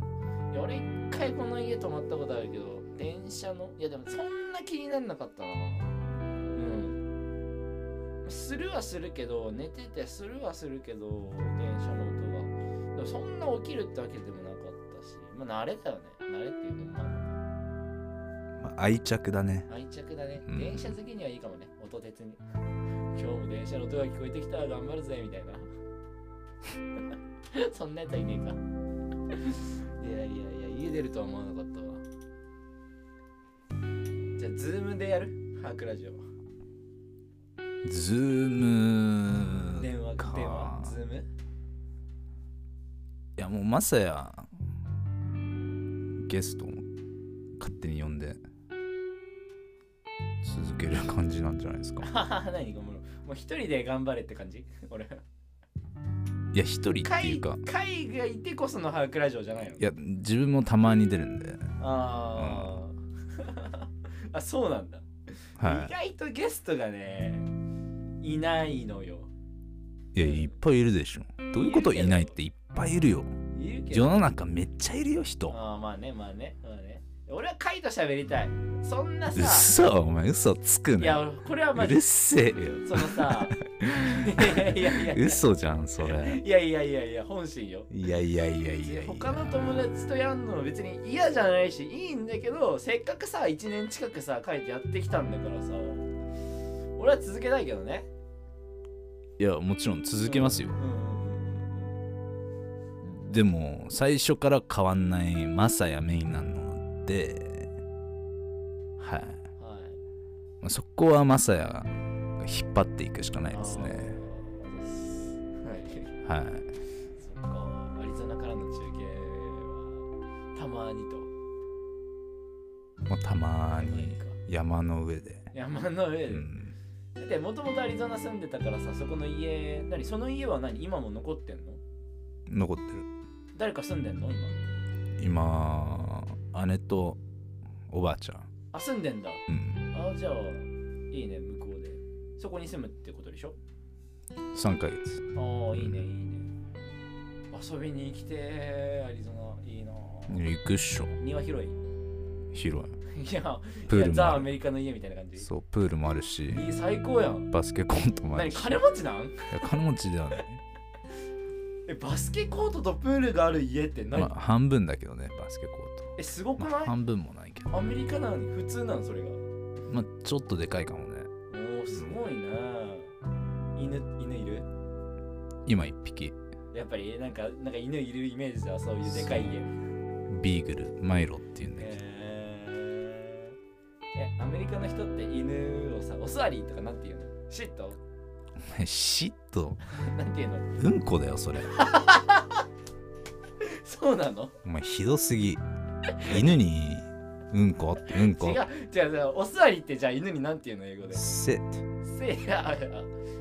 B: うんいや俺一回この家泊まったことあるけど電車のいやでもそんな気になんなかったなうんするはするけど寝ててするはするけど電車の音がでもそんな起きるってわけでもなかったしまあ慣れだよね慣れっていうか
A: ま
B: ま
A: あ、愛着だね
B: あ愛着だね
A: うん
B: 電車好きにはいいかもね音鉄に 今日も電車の音が聞こえてきたら頑張るぜみたいな そんなやつはいねえかいやいやいや家出るとは思わなかったわじゃあズームでやるハークラジオ
A: ズーム
B: 電話
A: か
B: 電話ズーム
A: いやもうまさやゲストを勝手に呼んで続ける感じなんじゃないですか
B: 何ごめんもう一人で頑張れって感じ俺
A: いや一人ってい
B: 海
A: うか
B: 海がいてこそのハークラジオじゃないの
A: いや自分もたまに出るんで、
B: あー あそうなんだ、
A: は
B: 意外とゲストがねいないのよ
A: い、いやいっぱいいるでしょどういうこといないっていっぱいいるよ
B: いるけ
A: 世
B: ど
A: の中めっちゃいるよ人
B: あーまあねまあねまあね俺は海と喋りたいそんな
A: うっ
B: さ
A: そお前嘘つく
B: い
A: ね
B: や俺これはま
A: う
B: あ
A: るせえよ
B: その さいやいやいや
A: 嘘じゃんそれ
B: いやいやいやいや本心よ
A: いやいやいやいやいや
B: 他の友達とやんのも別に嫌じゃないしいいんだけどせっかくさ1年近くさ書いてやってきたんだからさ俺は続けたいけどね
A: いやもちろん続けますよ
B: うんうん
A: でも最初から変わんないマサやメインなのではい、
B: うんうんは
A: ま
B: い
A: あそこはマサヤが引っ張っていくしかないですね
B: あーですは
A: は
B: い
A: い
B: そっかアリゾナからの中継はたまにと
A: もうたま
B: たま
A: に
B: か
A: 山の上で、
B: 山の上で、
A: うん、
B: だってもともとアリゾナ住んでたからさそこの家何その家は何今も残ってんの
A: 残ってる
B: 誰か住んでんの今
A: 今姉とおばあちゃん、
B: あ住んでんだ
A: うん、
B: あじゃあいいね向こうでそこに住むってことでしょ
A: 3ヶ月
B: ああいいねいいね遊びに来てアリゾナいいな
A: 行くっしょ
B: 庭広い
A: 広
B: いや
A: い
B: い
A: プー
B: や
A: ルも
B: ザ・
A: あ
B: ア
A: る
B: メリカの家みたいな感じ
A: そうプールもあるし
B: いい最高やん
A: バスケコントもあ
B: 何
A: るし
B: 金持ちなん
A: いや金持ちではない、
B: えバスケコートとプールがある家って何、
A: まあ、半分だけどねバスケコート
B: えすごく
A: ま
B: な
A: あ、
B: い、
A: 半分もないけど、
B: アメリカなのに普通なのそれが
A: まあ、ちょっとでかいかもね。
B: おおすごいな犬犬いる
A: 今一匹、
B: やっぱりなんかなんか犬いるイメージだそういうでかい家
A: ビーグル、マイロっていうんだけど、
B: えーえアメリカの人って犬をさお座りとかなんて言うのシット
A: 嫉妬、
B: なんて言う
A: う
B: の
A: んこだよ、それ。
B: そうなの
A: お前ひどすぎ。犬に、うんこって、うん
B: 違
A: こ。
B: う違う違うお座りってじゃあ犬になんて言うの英語でせ
A: sit,
B: やあ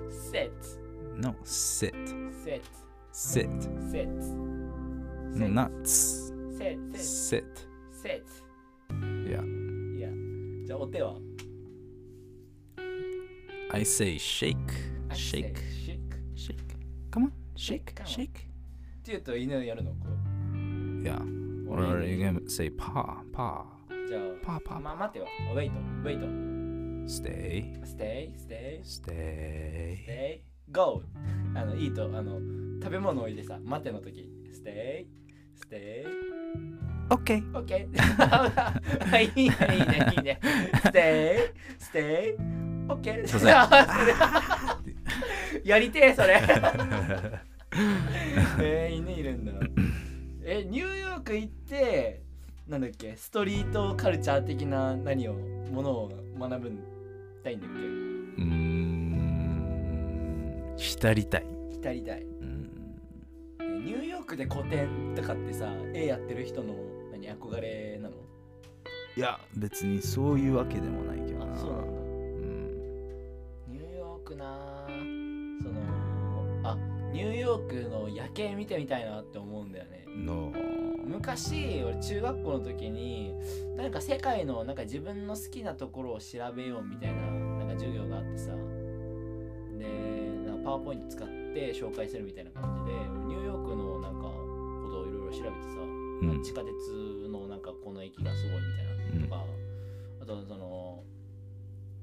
B: セッツ
A: no, sit,
B: セッ
A: sit,
B: ツセッツ
A: no, nuts,
B: セッツセ
A: sit.
B: ッツ
A: いや、
B: いやじゃあお手は
A: I say shake, shake,
B: シェイクっ
A: shake. Come on, shake, shake.
B: て言うと犬やるのこ
A: いや、
B: う
A: or you can say pa, pa,
B: じゃ
A: pa,
B: あ
A: pa.
B: まあ待てはウェイトウェイト
A: Stay,
B: ステイステイ
A: stay.
B: Stay, go! あの、いいと、あの、食べ物を置いてさ、待ての時。Stay, stay,
A: Okay.
B: OK! い いね、いいね、いいね。Stay, stay, OK!
A: そうそう
B: やりてえ、それ えー、犬いるんだ。え、ニューヨーク行って、なんだっけ、ストリートカルチャー的な何を、ものを学ぶんたいんだっ
A: うーん浸りたい、
B: け浸りたい。
A: うん、
B: ニューヨークで古典とかってさ絵やってる人の何憧れなの
A: いや別にそういうわけでもないけどな
B: あそうなんだ
A: うん
B: ニューヨークなぁそのあニューヨークの夜景見てみたいなって思うんだよね
A: の
B: 昔俺中学校の時になんか世界のなんか自分の好きなところを調べようみたいななんか授業があってさでなんかパワーポイント使って紹介するみたいな感じでニューヨークのなんかことをいろいろ調べてさ
A: うん
B: 地下鉄のなんかこの駅がすごいみたいなのとか、あとその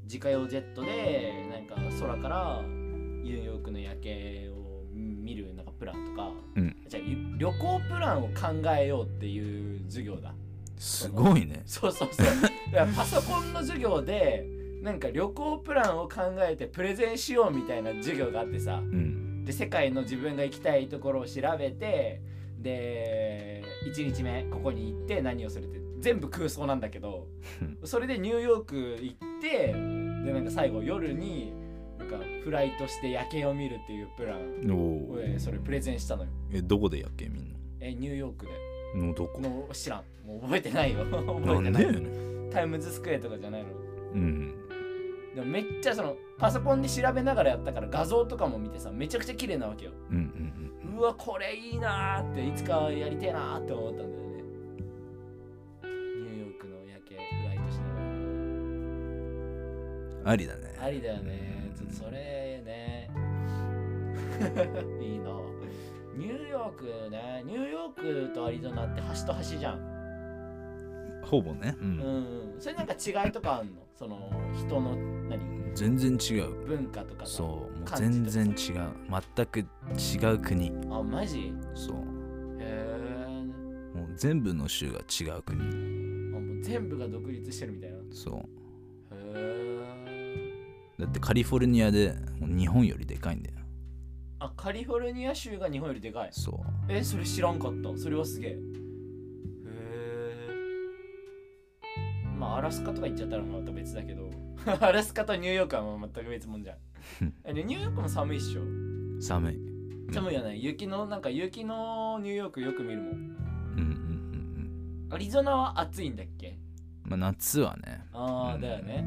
B: 自家用ジェットでなんか空からニューヨークの夜景を見るなんかプランとか、
A: うん
B: じゃあゆ旅行プランを考えようっていう授業だ
A: すごいね
B: そうそうそうだからパソコンの授業でなんか旅行プランを考えてプレゼンしようみたいな授業があって
A: う
B: さ
A: ん
B: で世界の自分が行きたいところを調べてで1日目ここに行って何をするって全部空想なんだけどそれでニューヨーク行ってでなんか最後夜になんかフライトして夜景を見るっていうプラン
A: お
B: を
A: お
B: えーそれプレゼンしたのよ
A: えどこでやっけみんな
B: えーニューヨークで
A: のどこ
B: の知らんもう覚えてないよ 覚
A: な
B: えて
A: ん
B: な
A: でやね
B: い
A: ん
B: タイムズスクエアとかじゃないの
A: うん
B: でもめっちゃそのパソコンで調べながらやったから画像とかも見てさめちゃくちゃ綺麗なわけよ
A: うんうん
B: うわこれいいなーっていつかやりてえなーって思ったんだよねニューヨークの夜景フライトしなが
A: うんありだね
B: らありだよねちょっとそれね いいなニューヨークねニューヨークとアリゾナって端と端じゃん
A: ほぼね、う
B: うんんそれなんか違いとかあんのその人の何
A: 全然違う
B: 文化とかさ
A: そうもう
B: 感じ
A: 全
B: とか
A: 然違う全く違う国
B: あマジ
A: そう
B: へえ
A: もう全部の州が違う国
B: あもう全部が独立してるみたいなへ
A: そ
B: え
A: うだってカリフォルニアでもう日本よりでかいんだよ
B: あカリフォルニア州が日本よりでかい
A: そ
B: えそれ知らんかったそれはすげえへえまあアラスカとか行っちゃったらまた別だけど アラスカとニューヨークはもう全く別も んじゃんえでニューヨークも寒いっしょ
A: う寒い
B: 寒いよね雪のなんか雪のニューヨークよく見るもん
A: うんうんうんうん
B: アリゾナは暑いんだっけ
A: まあ夏はね
B: ああだよね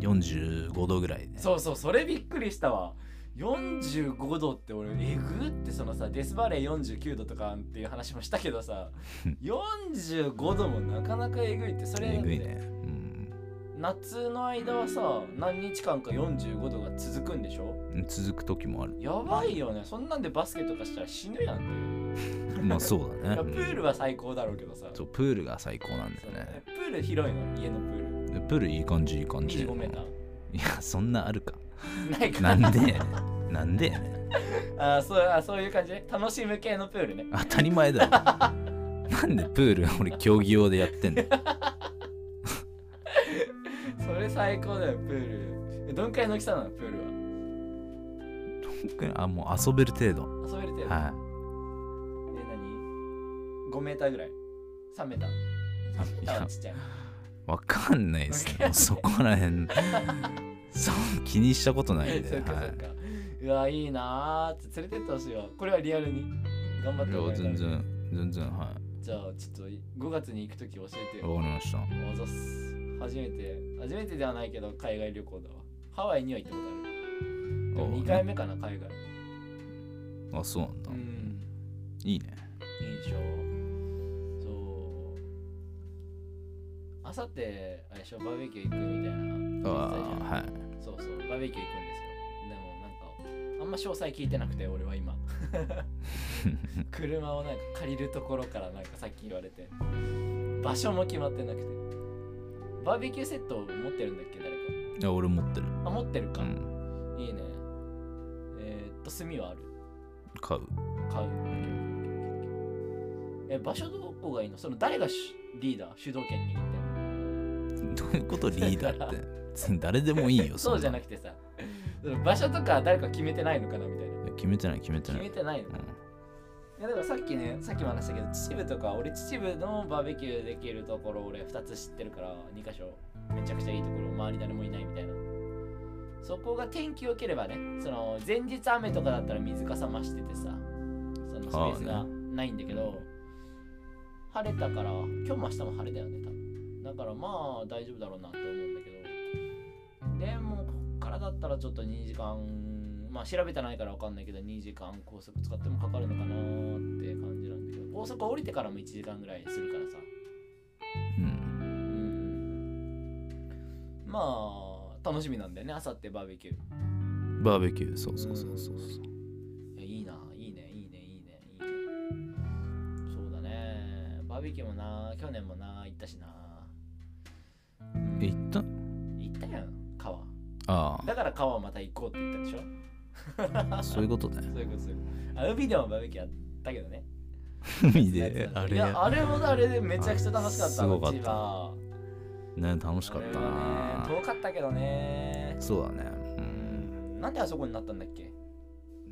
A: 45度ぐらいで
B: そうそうそれびっくりしたわ45度って俺えぐってそのさデスバレー49度とかっていう話もしたけ どさ45度もなかなかえぐいってそれ
A: えぐいねうん
B: 夏の間はさ何日間か45度が続くんでしょ
A: 続く時もある
B: やばいよねそんなんでバスケとかしたら死ぬやんっていう
A: まあそう
B: い
A: だ
B: や
A: ね
B: プールは最高だろうけどさ
A: そうプールが最高なんだ
B: そ
A: よ
B: う
A: ね
B: ねプール広いの家のプール
A: でプールいい感じいい感じ
B: 25メータ
A: いやそんなあるか
B: ーないか
A: なんでやね んなんでやねん
B: あーそうあーそういう感じね楽しむ系のプールね
A: 当たり前だろなんでプール俺競技用でやってん の
B: それ最高だよプールえどんくらいの大きさなのプールは
A: あもう遊べる程度
B: 遊べる程度、
A: は
B: え何 ?5 メーターぐらい ?3 メーター
A: いい
B: あ
A: や
B: ちっちゃい
A: わかんないですねもうそこらへんそう気にしたことないんで
B: そうか
A: は
B: そうか、うわいいなーって連れてってほしいわこれはリアルに頑張っても
A: いいや
B: らいたい
A: 全然全然は
B: じゃあちょっと5月に行く時教えて
A: い
B: よ
A: わかりました
B: おざっす初めて初めてではないけど海外旅行だわハワイには行ったことあるでも
A: おう
B: 2回目かな海外
A: あそうなんだ、
B: うん
A: いいね
B: 印象そうあさってあれでしょバーベキュー行くみたいな
A: ああ
B: 言ってたじゃん
A: はい
B: そうそうバーベキュー行くんですよでもなんかあんま詳細聞いてなくて俺は今車をなんか借りるところからなんかさっき言われて場所も決まってなくてバーベキューセットを持ってるんだっけ誰か
A: いや俺持ってる
B: あ持ってる
A: う
B: か、
A: ん
B: いいねえー、っと炭はある
A: 買う
B: 買うえ場所どこがいいのその誰がしリーダー主導権握ってんの
A: どういうことリーダーって別 に誰でもいいよ
B: そうじゃな
A: く
B: くてさその場所とか誰か決めてないのかなみたいな
A: 決めてない決めて
B: 決
A: ない
B: めてないのいやだからさっきねさっきも話したけど秩父とか俺秩父のバーベキューできるところ俺2つ知ってるから2箇所めちゃくちゃいいところ周り誰もいないみたいなそこが天気良ければねその前日雨とかだったら水かさ増しててさそのスペース
A: あ
B: が
A: あ
B: ないんだけど、晴れたから今日も明日も晴れだよね多分だからまあ大丈夫だろうなと思うんだけどでもこっからだったらちょっと2時間まあ調べてないから分かんないけど2時間高速使ってもかかるのかなーって感じなんだけど高速降りてからも1時間ぐらいするからさ
A: うん、うん、
B: うんまあ楽しみなんだよねあさってバーベキュー
A: バーベキューそうそうそうそうそう
B: いやいいないいねいいねいいねいいねそうだねバーベキューもな去年もな行ったしな
A: え行った
B: 行ったやん川
A: ああ
B: だから川また行こうって言ったでしょ
A: そういうことだよ
B: そういうことそういうことあ海でもバーベキューやったけどね
A: 海
B: や
A: で
B: つだ
A: あ
B: ね
A: れ
B: いやあれもあれでめちゃくちゃ楽しかった
A: すごかった
B: うちは
A: ね楽しかったな
B: あれはね遠かったけどね
A: そうだね
B: なんであそこになったんだっけ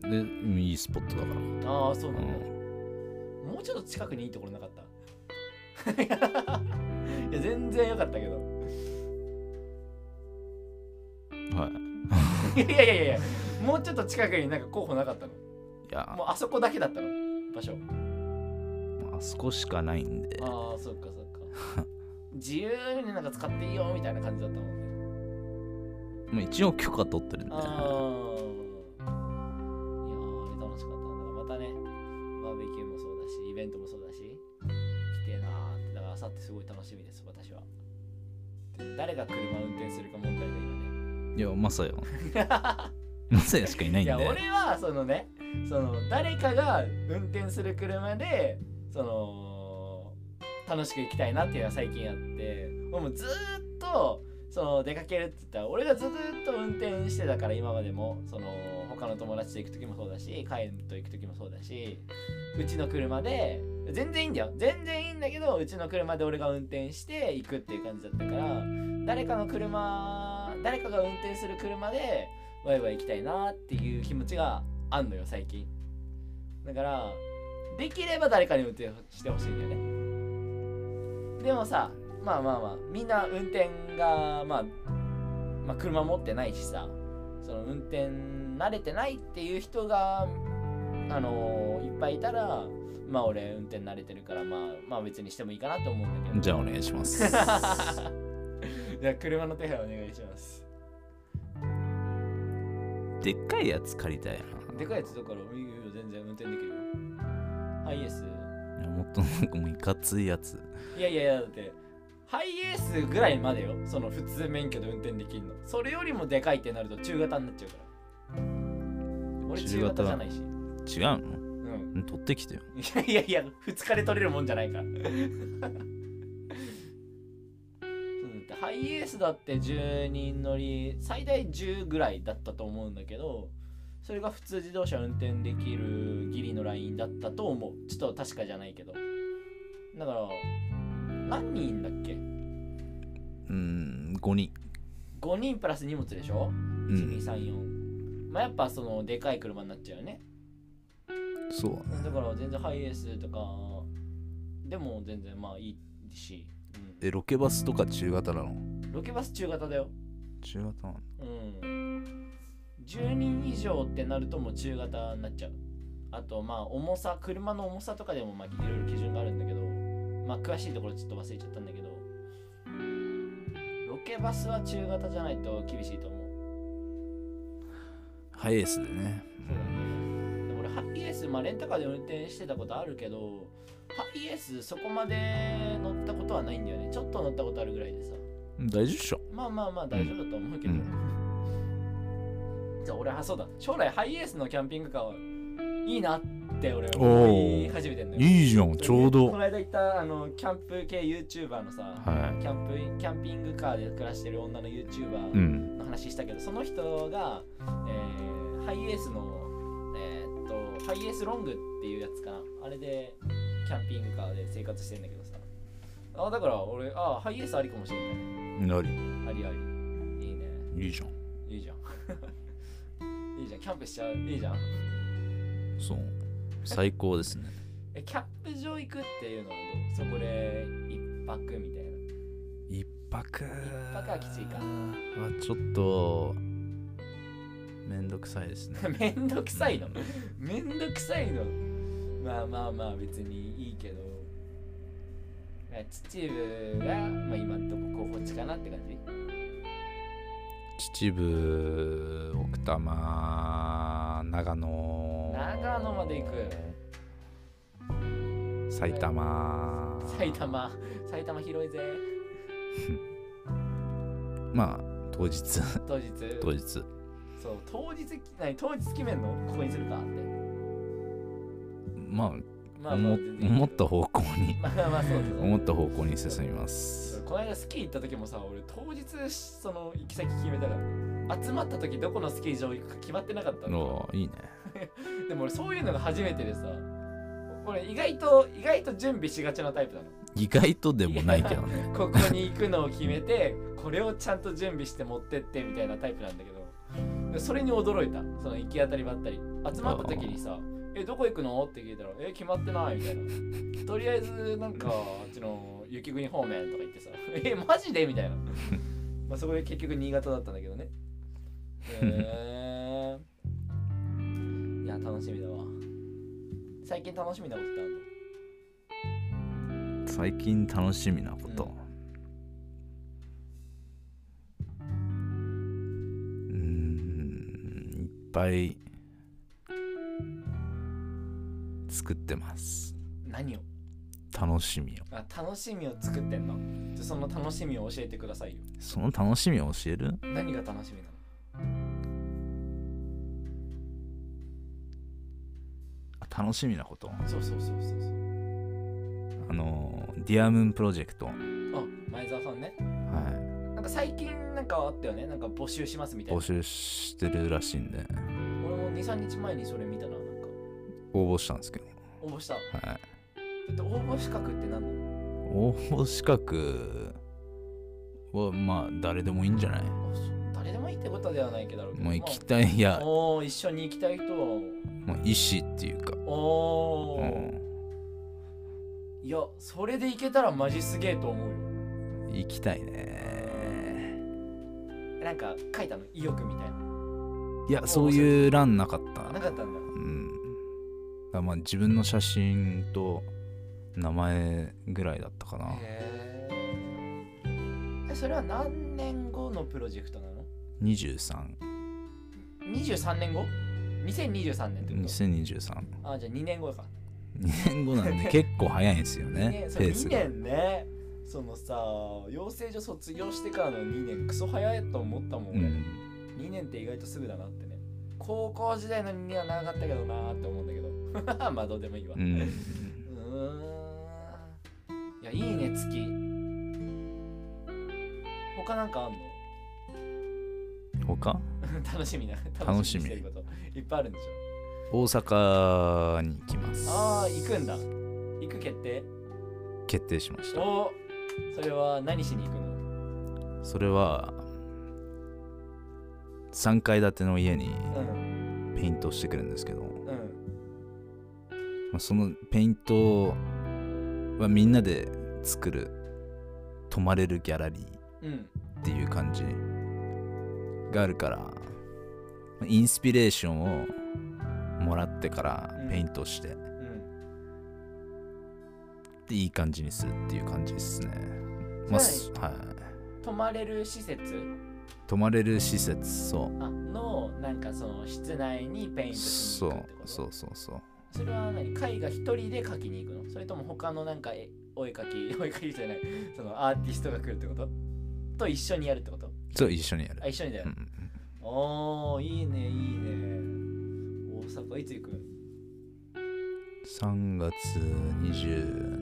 A: うんでうんいいスポットだから
B: ああそうなんだ、
A: う
B: もうちょっと近くにいいところなかった いや全然良かったけど
A: んはい
B: いやいやいやいやもうちょっと近くになんか候補なかったの
A: いや
B: もうあそこだけだったの場所
A: あそこしかないんで
B: ああそっかそっか 自由になんか使っていいよみたいな感じだったもんね
A: まあ一応許可取ってるんで
B: ああいやーあれ楽しかったなだからまたねバーベキューもそうだしイベントもそうだし来てえなーってだからあさってすごい楽しみです私はで誰が車運転するか問題が今ね
A: いやまさよ まさやしかいないん
B: い
A: で
B: や俺はそのねその誰かが運転する車でその楽しく行きたいなっていうのは最近あって俺もずーっとその出かけるって言ったら俺がずーっと運転してたから今までもその他の友達と行く時もそうだしカインと行く時もそうだしうちの車で全然いいんだよ全然いいんだけどうちの車で俺が運転して行くっていう感じだったから誰かの車誰かが運転する車でワイワイ行きたいなっていう気持ちがあんのよ最近だからできれば誰かに運転してほしいんだよねでもさまあまあまあみんな運転が、まあ、まあ車持ってないしさその運転慣れてないっていう人があのいっぱいいたらまあ俺運転慣れてるからまあまあ別にしてもいいかなと思うんだけど
A: じゃあお願いします
B: じゃあ車の手配お願いします
A: でっかいやつ借りたい
B: でかいやつだからいいよ全然運転できるよハイエース
A: ないやもっとなんかもういかついやつ
B: いやいやいやだってハイエースぐらいまでよその普通免許で運転できるのそれよりもでかいってなると中型になっちゃうから俺中
A: 中型
B: 型じゃないし
A: 違う
B: うん
A: の取ってきてよ
B: いやいやいや2日で取れるもんじゃないからそうだってハイエースだって10人乗り最大10ぐらいだったと思うんだけどそれが普通自動車運転できるギリのラインだったと思うちょっと確かじゃないけどだから何人だっけ
A: うん5人
B: 5人プラス荷物でしょ、
A: う
B: うん ?1234 まあやっぱそのでかい車になっちゃうよね
A: そうだね
B: だから全然ハイエースとかでも全然まあいいし、
A: えロケバスとか中型なの
B: うん、ロケバス中型だよ
A: 中型なの
B: うん10人以上ってなるともう中型になっちゃうあとまあ重さ車の重さとかでもまあいろいろ基準があるんだけどまあ詳しいところちょっと忘れちゃったんだけどロケバスは中型じゃないと厳しいと思う
A: ハイエースでね
B: そうだね。でも俺、ハイエース、まあ、レンタカーで運転してたことあるけど、ハイエース、そこまで乗ったことはないんだよね。ちょっと乗ったことあるぐらいでさ。
A: うん大丈夫っしょ
B: まあまあまあ、大丈夫だと思うけど。
A: う
B: じゃあ俺はそうだ。将来、ハイエースのキャンピングカーはいいなって俺は
A: おー
B: 思い始めてんだよ。
A: いいじゃんちょう
B: こ
A: ど
B: の間行ったあのキャンプ系 YouTuber のさ、
A: は
B: キャンプ、キャンピングカーで暮らしてる女の YouTuber。
A: いうん
B: の話したけどその人が、えーハイエースの、えーっとハイエースロングっていうやつかなあれでキャンピングカーで生活してんだけどさあだから俺あハイエースありかもしれないね
A: なり
B: ありありいいね
A: いいじゃん
B: いいじゃん いいじゃんキャンプしちゃういいじゃん
A: そう最高ですね
B: えキャンプ場行くっていうのはどうそこで一泊みたいな
A: 一泊
B: 一泊はきついか
A: はちょっとめんどくさいですね
B: めんどくさいのめんどくさいのまあまあまあ別にいいけどまあ秩父が、まあ、今んとこ候補地かなって感じ
A: 秩父奥多摩長野
B: 長野まで行
A: 埼玉
B: 埼玉埼玉広いぜ
A: まあ当日
B: 当日
A: 当日
B: そう当日き何当日決めんのここにするかって
A: まあ
B: まあまあ
A: 思
B: 全然いいけど
A: 思った方向に
B: まあまあそうそう
A: 思った方向に進みます
B: この間スキー行った時もさ俺当日その行き先決めたから集まった時どこのスキー場行くか決まってなかったの
A: おーいいね
B: でも俺そういうのが初めてでさ俺意外と意外と準備しがちなタイプなの
A: 意外とでもないけどね
B: ここに行くのを決めてこれをちゃんと準備して持ってってみたいなタイプなんだけどそれに驚いたその行き当たりばったり集まった時にさ「えどこ行くの?」って聞いたら「え決まってない」みたいな「とりあえずなんかあっちの雪国方面」とか言ってさ「えマジで?」みたいなまあそこで結局新潟だったんだけどねへえー、いや楽しみだわ最近楽しみなことってあるの
A: 最近楽しみなことうーんいっぱい作ってます
B: 何を
A: 楽しみを
B: あ楽しみを作ってんのじゃその楽しみを教えてくださいよ
A: その楽しみを教える
B: 何が楽しみなの
A: あ楽しみなこと
B: そうそうそうそうそう
A: あのディアムーンプロジェクトは
B: あ前澤さんねなんか最近なんかあったよねなんか募集しますみ
A: い
B: たい
A: 募
B: な
A: 集してるらしいんで
B: 俺も23日前にそれ見たななんか
A: 応募したんですけど、
B: 応募しただ
A: はい、
B: って応募資格って何なの
A: 応募資格はまあ誰でもいいんじゃない
B: あそう誰でもいいってことではないけど
A: もう行きたいいや
B: まあ、おー一緒に行きたい人は
A: もう意思っていうか、
B: お
A: う
B: お、
A: ん、
B: いやそれで行けたらマジすげえと思うよ
A: 行きたいね
B: なんか書いたの意欲みたいない
A: やそういう欄なかっ
B: あ
A: た
B: なかったんだ
A: うんだからまあ自分の写真と名前ぐらいだったかな
B: へえそれは何年後のプロジェクトなの
A: 2323
B: 23年後 ?2023 年ってことあじゃあ2年後か
A: 2年後なん で結構早いんですよね
B: ねそ
A: ペ
B: れ
A: ース
B: 2
A: が
B: 年ねそのさ養成所卒業してからの2年クソ早いと思ったもん、
A: う
B: ね
A: ん
B: 2年って意外とすぐだなってね高校時代の2年は長かったけどなーって思うんだけど まあどうでもいいわ
A: う
B: ー
A: ん
B: んいやいいね月他なんかあんの
A: 他
B: 楽しみな
A: 楽しみ
B: にしてることいっぱいあるんでしょ
A: 大阪に行きます
B: ああ行くんだ行く決定
A: 決定しました
B: おそれは何しに行くの
A: それは3階建ての家に
B: うん
A: ペイントしてくるんですけど、ま
B: うん
A: あそのペイントはみんなで作る泊まれるギャラリー
B: うん
A: っていう感じがあるからまあインスピレーションをもらってから
B: うん
A: ペイントして、
B: うん
A: でいい感じにするっていう感じですね、まあすはい、
B: 泊まれる施設
A: 泊まれる施設そう
B: あのなんかその室内にペイントし
A: そ
B: に行
A: う
B: くってこと
A: そうそうそう
B: それは何絵画一人で描きに行くのそれとも他のなんかえお絵描き お絵描きじゃないそのアーティストが来るってことと一緒にやるってこと
A: そう一緒にや
B: あ
A: る、
B: 一緒にだよ、
A: うん、
B: おーいいねいいね大阪いつ行くん
A: 3月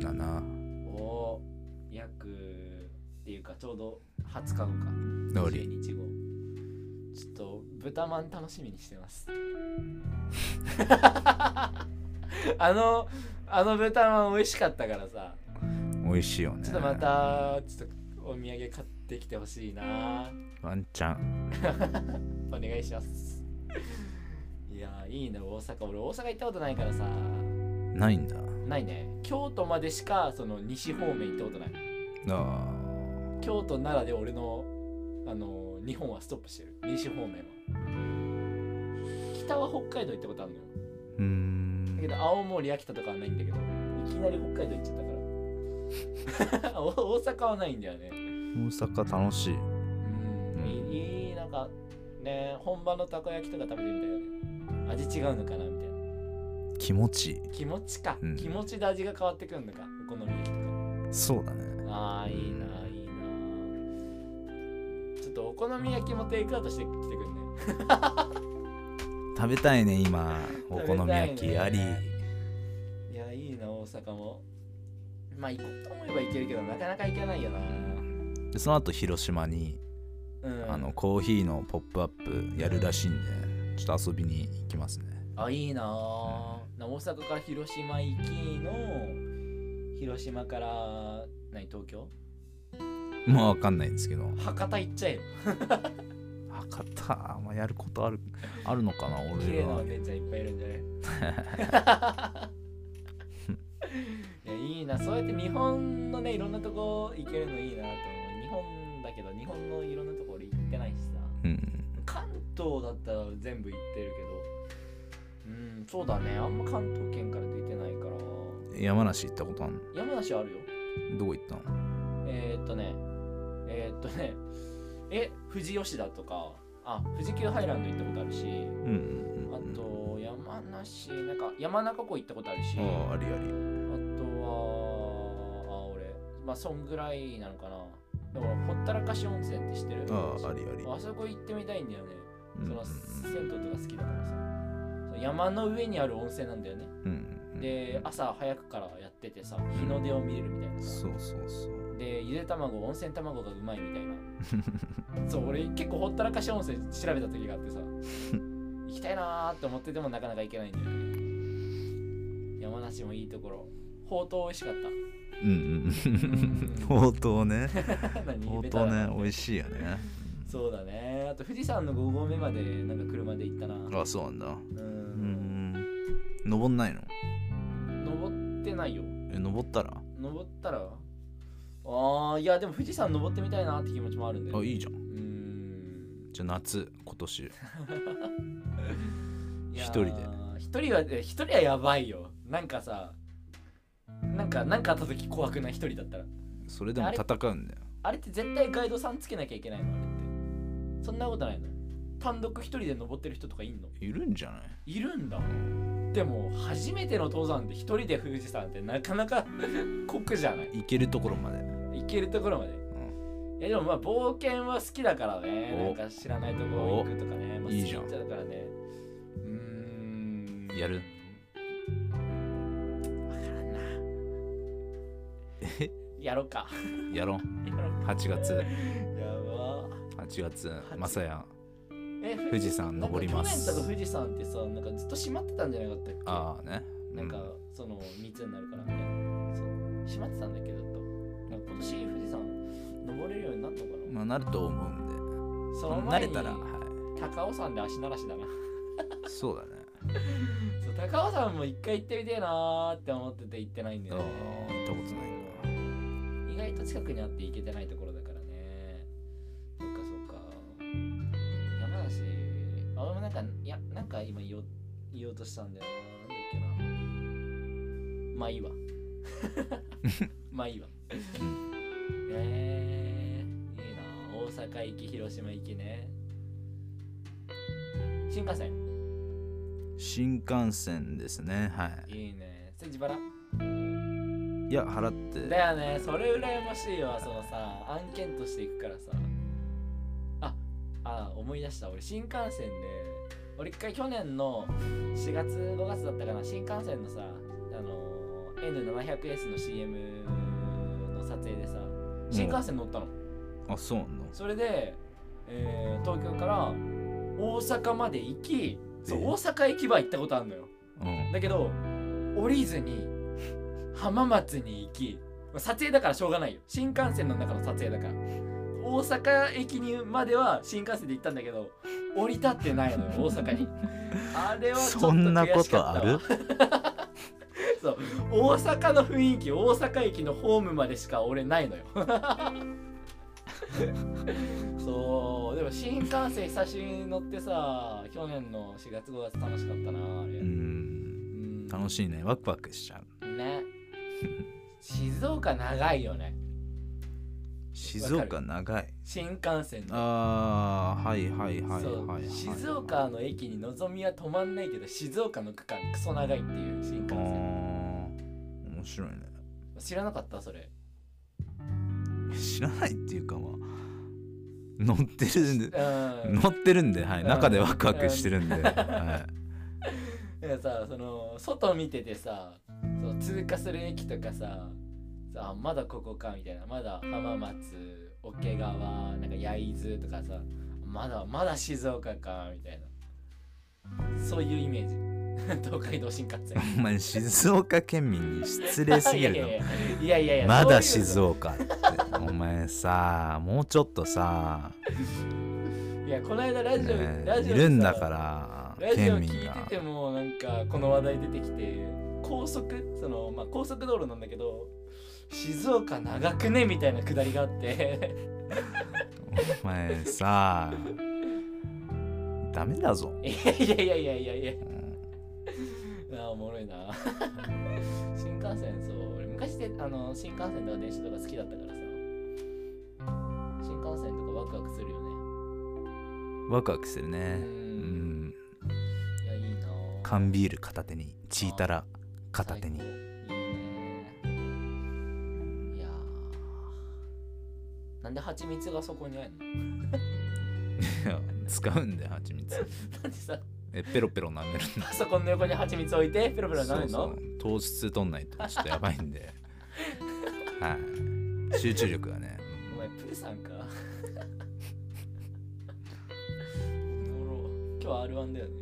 A: 27
B: おー約っていうかちょうど20日後か
A: 通り
B: 20日後ちょっと豚まん楽しみにしてます あのあの豚まん美味しかったからさ
A: 美味しいよね
B: ちょっとまたちょっとお土産買ってきてほしいな
A: ワンチャン
B: お願いしますいやーいいね大阪俺大阪行ったことないからさ
A: ないんだ
B: ないね京都までしかその西方面行ったことない
A: あ
B: 京都奈良で俺のあの日本はストップしてる西方面は北は北海道行ったことあるのよ
A: ーうー
B: だけ
A: ん
B: ど青森秋田とかはないんだけどいきなり北海道行っちゃったから お大阪はないんだよね
A: 大阪楽しい
B: うんいいいいなんかね本場のたこ焼きとか食べてみたいよね味違うのかなみたいな
A: 気持ちいい
B: 気持ちか、
A: うん
B: 気持ちで味が変わってくるのかお好み焼きとか
A: そうだね
B: ああいいなあいいなあちょっとお好み焼きもテイクアウトしてきてくんね
A: 食べたいね今お好み焼
B: 食べ
A: き
B: た
A: あ
B: い
A: り、
B: ねいやいいな大阪もまあ行こうと思えば行けるけどなかなか行けないよな
A: うんでその後広島に、
B: うん
A: あのコーヒーのポップアップやるらしいんで、ちょっと遊びに行きますね
B: あいいなあ、な大阪から広島行きの広島から何東京
A: まあ分かんないんですけど
B: 博多行っちゃえよ
A: 博多、まあ、やることあるあるのかな
B: 綺
A: 俺
B: 麗な
A: は
B: お姉ちゃんいっぱいいるんじゃ ないいやいいなそうやって日本のねいろんなとこ行けるのいいなと思う日本だけど日本のいろんなとこ俺行ってないしさ
A: うん
B: 関東だったら全部行ってるけどうんそうだねあんま関東圏から出てないから
A: 山梨行ったことある
B: 山梨あるよ
A: のどこ行ったの
B: えー、っとねえー、っとねえ富士吉田とかあ富士急ハイランド行ったことあるし
A: うんうんうん
B: あと山梨なんか山中湖行ったことあるし
A: ああありあり
B: あとはあ俺まあそんぐらいなのかなでもほったらかし温泉って知ってる
A: ああありあり
B: あそこ行ってみたいんだよね
A: うん
B: そ
A: うん
B: の銭湯とか好きだからさそう山の上にある温泉なんだよね
A: うん
B: で朝早くからやっててさ日の出を見れるみたいなさ
A: そうそうそう
B: でゆで卵温泉卵がうまいみたい なそう俺結構ほったらかし温泉調べた時があってさ行きたいなーって思っててもなかなか行けないんだよね山梨もいいところほうとう美味しかっ
A: うん うん
B: う
A: ほうとうね
B: た 何
A: ほう
B: ベ
A: と
B: タ
A: う
B: だ
A: ね
B: な
A: 美味しいよね
B: そうだねあと富士山の5合目までなんか車で行ったな
A: ああそうなんだ
B: う
A: うんん登んないの
B: 登ってないよ
A: え登ったら
B: 登ったらああいやでも富士山登ってみたいなって気持ちもあるんだよ
A: あ
B: ね
A: いいじゃん
B: うーん
A: じゃあ夏今年
B: いやー
A: 一人で
B: 一人はえ一人はやばいよなんかさなんかなんかあった時怖くない一人だったら
A: それでも戦うんだよ
B: あれって絶対ガイドさんつけなきゃいけないのあれってそんなことないの単独一人で登ってる人とかいんの
A: いるんじゃない
B: いるんだでも初めての登山で一人で富士山ってなかなか 酷じゃない
A: 行けるところまで
B: 行けるところまで、いやでもまあ冒険は好きだからね
A: お
B: なんか知らないとこ行くとかね、まあ、
A: いいじゃん
B: 好きっちだからねうーん
A: やるえ
B: わからんなやろう か
A: やろう
B: やろう
A: 8月
B: かやば
A: 8月
B: 八
A: まさや
B: え
A: 富士山
B: なんか
A: 登りま
B: 去年とか
A: す
B: 富士山ってさなんかずっと閉まってたんじゃなかったっけ
A: ああねう
B: なんか、その密になるからみたいなそう閉まってたんだっけどずっとなんか今年富士山登れるようになったのかな、
A: まあなると思うんで
B: その
A: 慣
B: 前
A: れ
B: に
A: たらは
B: 高尾山で足慣らしだな
A: いそうだね
B: そう高尾山も一回行ってみてえなーって思ってて行ってないんだ
A: あ
B: よね
A: あ行ったことないな
B: 意外と近くにあって行けてないところだからねそっかそっか山梨あ俺もなんかいやなんか今言おう言おうとしたんだよななんだっけなまあい いわまあいいわえー、いいな大阪行き広島行きね新幹線
A: 新幹線ですねはい
B: いいねそれ自腹
A: いや払って
B: だよねそれ羨ましいわそのさ案件としていくからさああ思い出した俺新幹線で俺一回去年の4月5月だったかな新幹線のさあの N700S の CM の撮影でさ新幹線乗ったの、
A: あそうなんだ
B: それで、えー東京から大阪まで行きそう
A: え
B: 大阪駅は行ったことあるのよ
A: うん
B: だけど降りずに浜松に行き撮影だからしょうがないよ新幹線の中の撮影だから大阪駅にまでは新幹線で行ったんだけど降り立ってないのよ大阪にあれはちょっと
A: そんな
B: 悔
A: こ
B: しか
A: と
B: っ
A: あ
B: た
A: る
B: わそう大阪の雰囲気大阪駅のホームまでしか俺ないのよそうでも新幹線久しぶりに乗ってさ去年の4月5月楽しかったなあれ、
A: うん
B: うん
A: 楽しいねワクワクしちゃう
B: ね静岡長いよね
A: 静岡長い
B: 新幹線の、
A: あーはいはいはい
B: そう
A: はいはい
B: 静岡の駅にのぞみは止まんないけど静岡の区間クソ長いっていう新幹
A: あー
B: 線
A: 面白いね
B: 知らなかったそれ
A: 知らないっていうかまあ乗ってるんで
B: うん
A: 乗ってるんではい
B: うん
A: 中でワクワクしてるんで、は
B: でもさその外見ててさそう通過する駅とかささあまだここかみたいなまだ浜松桶川なんか焼津とかさまだまだ静岡かみたいなそういうイメージ 東海道新幹線
A: お前静岡県民に失礼すぎるの
B: いやいやいやいやいや
A: まだ
B: そういう
A: 静岡ってお前さもうちょっとさ、
B: いやこの間ラジオ、
A: ね
B: ラ
A: い
B: ジオでさ
A: るんだから
B: ラジオ
A: 県
B: 聞い
A: 民
B: て
A: が
B: てもなんかこの話題出てきて高速そのまあ高速道路なんだけど静岡長くねみたいなくだりがあって
A: お前さダメだぞ、
B: いやいやいやいやいやいや
A: うん
B: あーおもろいな 新幹線そう俺昔であの新幹線とか電車とか好きだったからさ新幹線とかワクワクするよね
A: ワクワクする
B: う
A: ねうんん
B: いやいいなぁ
A: 缶ビール片手にチータラ片手に
B: 最高いいねいやーなんで蜂蜜がそこにあるの
A: いや 使うんだよ蜂蜜
B: なんでさ
A: えペロペロ舐めるんだ
B: パソコンの横に蜂蜜置いてペロペロ舐める
A: そ
B: の
A: うそう糖質取んないとちょっとやばいん ではい集中力がね
B: お前プーさんか おもろ今日 R1 だよね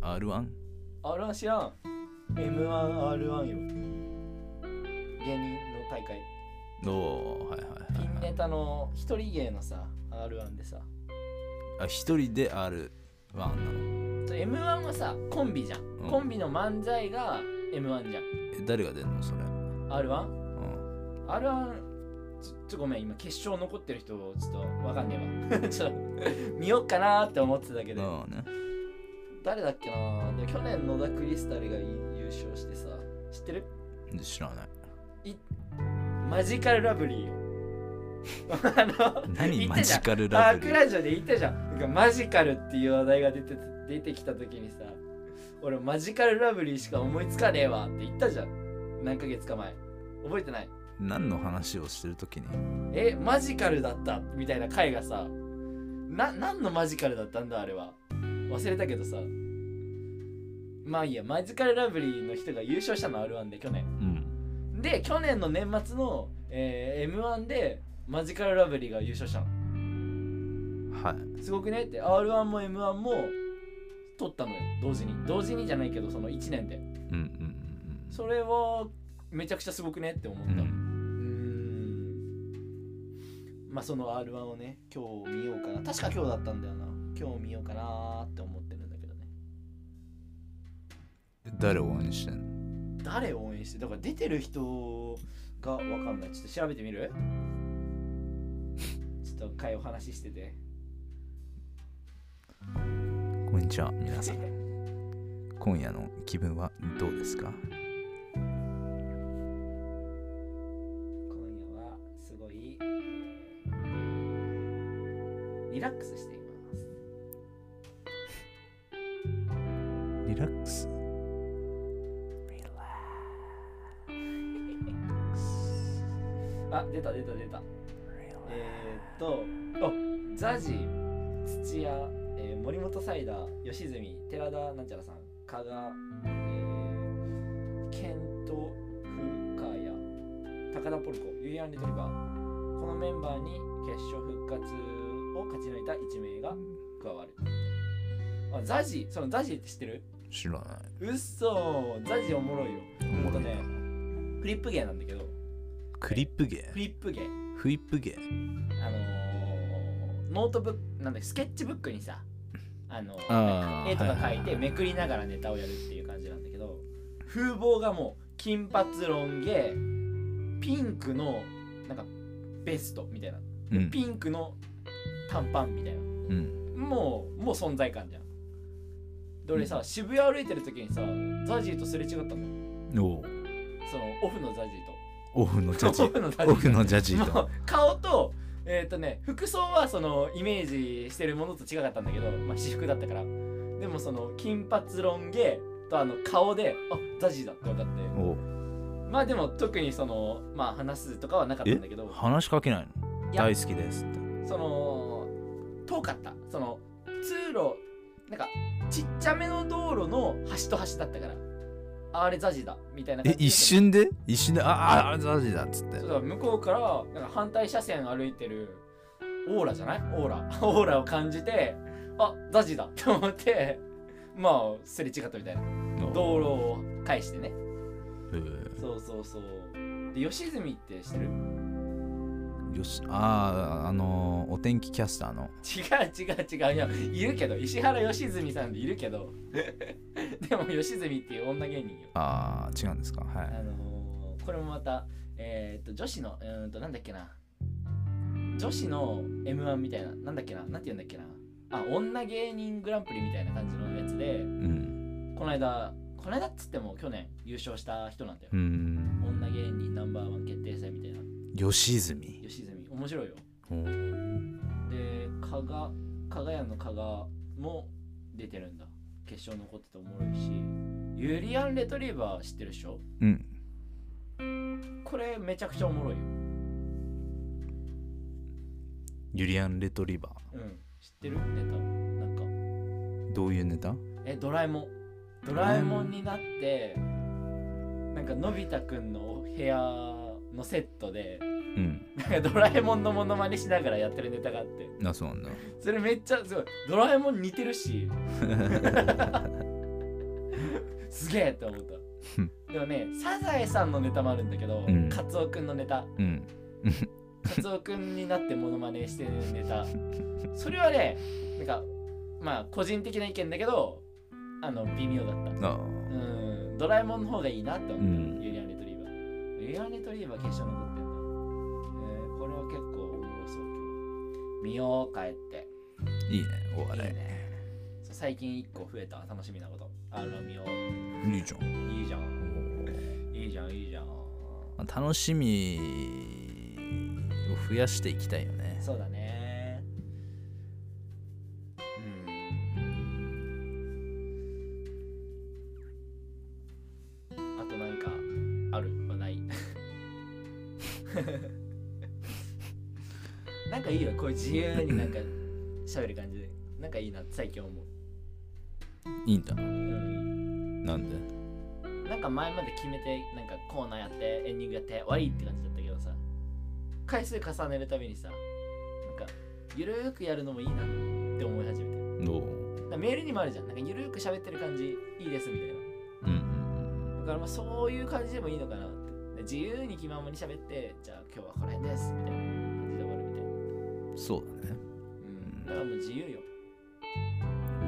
A: R1?
B: R1 知らん M1R1 よ芸人の大会
A: どうはいはい
B: ピ
A: はい
B: ン
A: はい
B: ネタの一人芸のさ R1 でさ
A: あ一人で R1 なの
B: M1 はさコンビじゃん、
A: ん
B: コンビの漫才が M1 じゃん
A: え誰が出んのそれ、う
B: R1?R1
A: ん、
B: ちょっとごめん今決勝残ってる人ちょっとわかんねえわ ちょっと見よっかなーって思ってたけど、
A: まあね
B: 誰だっけなで去年野田クリスタルが優勝してさ知ってる
A: 知 らない
B: マジカルラブリーよ あの
A: 何
B: 言っ
A: マ
B: てた
A: ジ
B: じゃん
A: カル
B: ア
A: ラ
B: ー
A: ブ
B: ク
A: リー
B: ラジオで言ったじゃんなんかマジカルっていう話題が出て出てきた時にさ俺マジカルラブリーしか思いつかねえわって言ったじゃん何ヶ月か前覚えてない
A: 何の話をしてる時に
B: えマジカルだったみたいな回がさな何のマジカルだったんだあれは忘れたけどさまあいいやマジカルラブリーの人が優勝したの R1 で去年
A: うん
B: で去年の年末の、え m 1でマジカルラブリーが優勝したの
A: はい
B: すごくねって R1 も M1 も取ったのよ同時に同時にじゃないけどその1年で
A: うんうん
B: それはめちゃくちゃすごくねって思
A: う
B: っ
A: んう
B: た
A: んう
B: うんーんまあその R1 をね今日見ようかな確か今日だったんだよな今日見ようかなーって思ってるんだけどね
A: 誰を応援してんの
B: 誰応援してだから出てる人がわかんないちょっと調べてみるちょっと回お話ししてて
A: こんにちは皆さん今夜の気分はどうですか
B: 今夜はすごいリラックスしています
A: リラックスリラ
B: あ出た出た出たえー、っとあザジ土屋、えー森本サイダー吉住寺田なんちゃらさん加賀、えー、ケントフカヤ高田ポルコユイアン・レトリバーこのメンバーに決勝復活を勝ち抜いた1名が加わるあザジそのザジって知ってる
A: 知らな
B: うっそーザジおもろいよ
A: い
B: ほんとねフリップ芸なんだけど
A: クリップ芸
B: フリップ芸
A: フリップ芸
B: あのーノートブックなんだっけスケッチブックにさあのー
A: あ
B: 絵とか描いて
A: は
B: めくりながらネタをやるっていう感じなんだけど風貌がもう金髪ロン毛ピンクのなんかベストみたいな、
A: いうん
B: ピンクの短パンみたいな
A: うん
B: もうもう存在感じゃんで俺さ、渋谷歩いてる時にさザジーとすれ違ったの
A: おう
B: そのオフのザジーと
A: オフのジャジ
B: オフのジャジ
A: オフのジャジ
B: も
A: と
B: う顔とえっ、とね服装はそのイメージしてるものと違かったんだけど、まあ、私服だったからでもその金髪ロン毛とあの顔であザジーだって分かって
A: おう
B: まあでも特にそのまあ話すとかはなかったんだけど
A: 話しかけないの
B: いや
A: 大好きですって
B: その遠かったその通路なんかちっちゃめの道路の端と端だったからああれザジだみたいな
A: え
B: 感じで
A: 一瞬で一瞬であああれザジだっつって
B: そうだ向こうからなんか反対車線歩いてるオーラじゃないオーラ オーラを感じてあザジだと思ってまあすれ違ったみたいな道路を返してね
A: へえ
B: そうそうそうで吉住って知ってる
A: よしあああのーお天気キャスターの
B: 違う違う違ういやいるけど石原良純さんでいるけど でも良純っていう女芸人よ
A: ああ違うんですかは
B: あ
A: い
B: のーこれもまたえーっと女子のうーんとなんだっけな女子の m 1みたいななんだっけななんて言うんだっけなあ女芸人グランプリみたいな感じのやつで
A: うん
B: この間この間っつっても去年優勝した人なんだよ
A: う、ん
B: 女芸人ナンバーワン決定戦みたいな
A: 吉住
B: 吉住面白いよ
A: おー
B: で加賀加賀屋の加賀も出てるんだ決勝残ってておもろいしユリアン・レトリーバー知ってるでしょ
A: うん
B: これめちゃくちゃおもろいよ
A: ユリアン・レトリバ
B: うん知ってるネタなんか
A: ーどういうネタ
B: えドラえもんドラえもんになってなんかのび太くんのお部屋のセットで
A: うん
B: なんかドラえもんのモノマネしながらやってるネタがあって
A: あそうなんだ
B: それめっちゃすごいドラえもん似てるしすげえって思ったでもねサザエさんのネタもあるんだけど、
A: うん
B: カツオくんのネタ
A: うん
B: カツオくんになってモノマネしてるネタそれはねなんかまあ個人的な意見だけどあの微妙だった
A: あ
B: うんドラえもんの方がいいなって思った、
A: うん
B: ユリアンレトリーバーユリアンレトリーバー決勝残ってんだ、えーこれは結構おもろそう今日見よう帰って
A: ーいいねお
B: いい
A: 笑
B: ねそう最近1個増えた楽しみなことあの見よう
A: いいいじゃん
B: いいじゃん
A: おー
B: いいじゃんいいじゃん
A: まあ楽しみを増やしていきたいよね
B: そうだねうんあとなんかある話 題なんかいいよこういう自由になんか喋る感じでなんかいいなって最近思う、
A: いいんだ
B: うん、
A: なんで
B: なんか前まで決めてなんかコーナーやってエンディングやって終わりって感じだったけどさ回数重ねるたびにさなんかゆるーくやるのもいいなって思い始めて
A: どう
B: だからメールにもあるじゃんなんかゆるーく喋ってる感じいいですみたいな
A: うんうん
B: だからまあそういう感じでもいいのかなってで自由に気ままに喋ってじゃあ今日はこの辺ですみたいな感じで終わるみたいな
A: うんそうだね
B: うんだからもう自由よ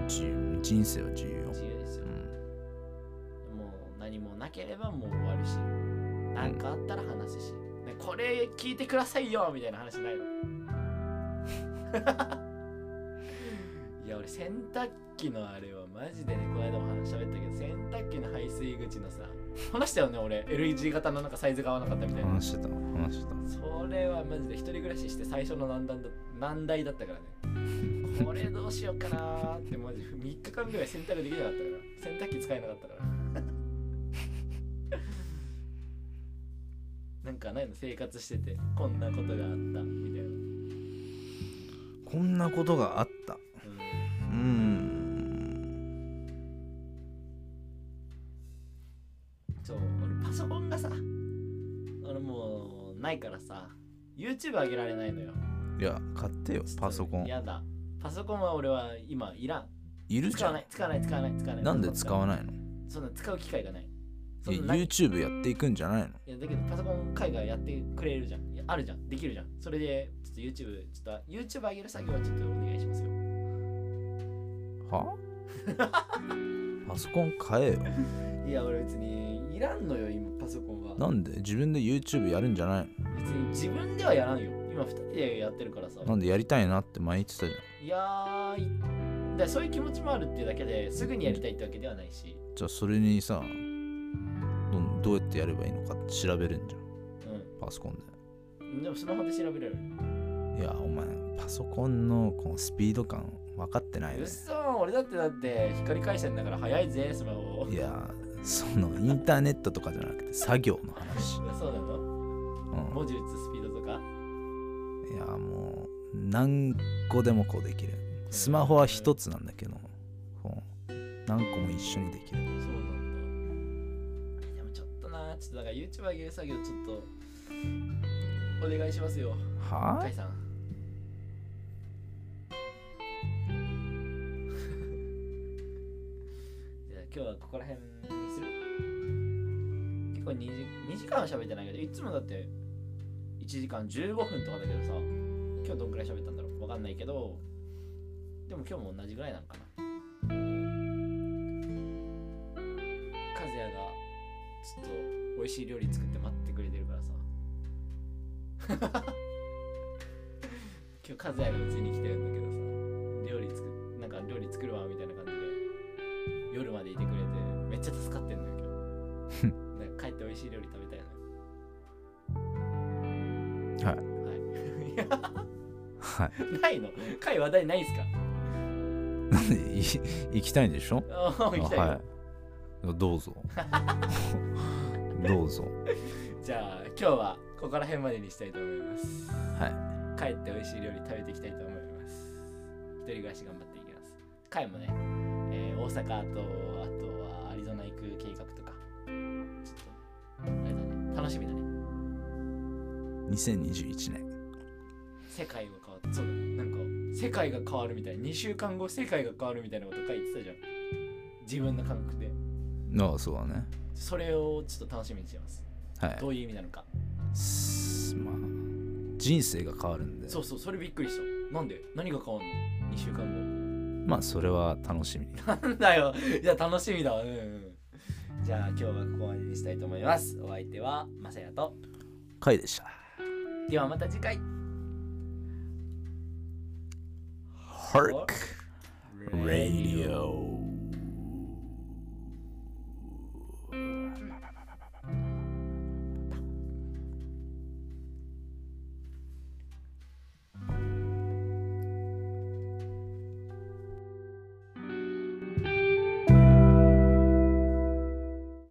A: 自由人生は自由よ
B: 自由ですよ
A: うん
B: もう何もなければもう終わるし何かあったら話すし、ねこれ聞いてくださいよみたいな話ないのいや俺洗濯機のあれはマジでねこの間も話喋ったけど洗濯機の排水口のさ話したよね俺 LG 型のなんかサイズが合わなかったみたいな
A: 話してた話してた
B: それはマジで一人暮らしして最初の難題だ難題だったから ねこれどうしようかなーってマジ3日間ぐらい洗濯 できなかったから洗濯機使えなかったからなんかないの生活しててこんなことがあったみたいな、うん
A: こんなことがあったうん
B: そう俺パソコンがさ俺もうないからさ YouTube 上げられないのよ
A: いや買ってよパソコン
B: やだパソコンは俺は今いらん
A: いるじ
B: 使
A: ゃ
B: わなんい使わない使わない使わない
A: なんで使わないの
B: そんな使う機会がない。そ
A: え
B: んなない
A: YouTube やっていくんじゃないの
B: いやだけどパソコン海外やってくれるじゃん。いやあるじゃん。できるじゃん。それでちょっと YouTube、ちょっと YouTube 上げる作業はちょっとお願いしますよ。
A: はパソコン買えよ
B: いや俺別にいらんのよ今パソコンは。
A: なんで自分で YouTube やるんじゃない
B: 別に自分ではやらんよ。今2人でやってるからさ
A: の。なんでやりたいなって前言ってたじゃん
B: いやーいだからそういう気持ちもあるっていうだけですぐにやりたいってわけではないし。
A: じゃあそれにさどんどうやってやればいいのかって調べるんじゃんパソコン
B: うん。でもスマホで調べられる。
A: でいやお前パソコンのこのスピード感分かってないね
B: うっそー俺だってだって光回線だから早いぜスマホ。
A: いやそのインターネットとかじゃなくて作業の話、
B: そうなの
A: う
B: 文字打つスピードとか
A: ん、いやもう何個でもこうできるスマホは一つなんだけどこう何個も一緒にできる
B: そうなんちょっとだから YouTube 上げる作業ちょっとお願いしますよ
A: は
B: 甲斐さん じゃあ今日はここら辺にする結構 2, 時2時間は喋ってないけどいつもだって1時間15分とかだけどさ今日どんくらい喋ったんだろうわかんないけどでも今日も同じぐらいなのかな和也がちょっと美味しい料理作って待ってくれてるからさ今日和也がうちに来てるんだけどさ料理作っなんか料理作るわみたいな感じで夜までいてくれてめっちゃ助かってんのよ 今日なんか帰って美味しい料理食べたい
A: いはい
B: のはいいや
A: はい
B: ない の会話題ないんすか
A: なんでい行きたいんでしょ
B: ああ行きたいよ、
A: はいどう ぞどうぞ
B: じゃあ今日はここら辺までにしたいと思います
A: は
B: 帰って美味しい料理食べていきたいと思います一人暮らし頑張っていきます会もね、えー大阪とあとはアリゾナ行く計画とかちょっとあれだね楽しみだね
A: い2021年
B: 世界が変わったそうだねなんか世界が変わるみたい2週間後世界が変わるみたいなこと書いてたじゃん自分の感覚で
A: ああそうだね
B: それをちょっと楽しみにしてます
A: はい
B: どういう意味なのか
A: すまあ人生が変わるんで
B: そうそうそれびっくりしたなんで何が変わるの2週間後
A: まあそれは楽しみに
B: なんだよ。いや、楽しみだわ。うんうん。じゃあ、今日はここまでにしたいと思います。お相手は、まさやと。
A: 回でした
B: ではまた次回。
A: Hark Radio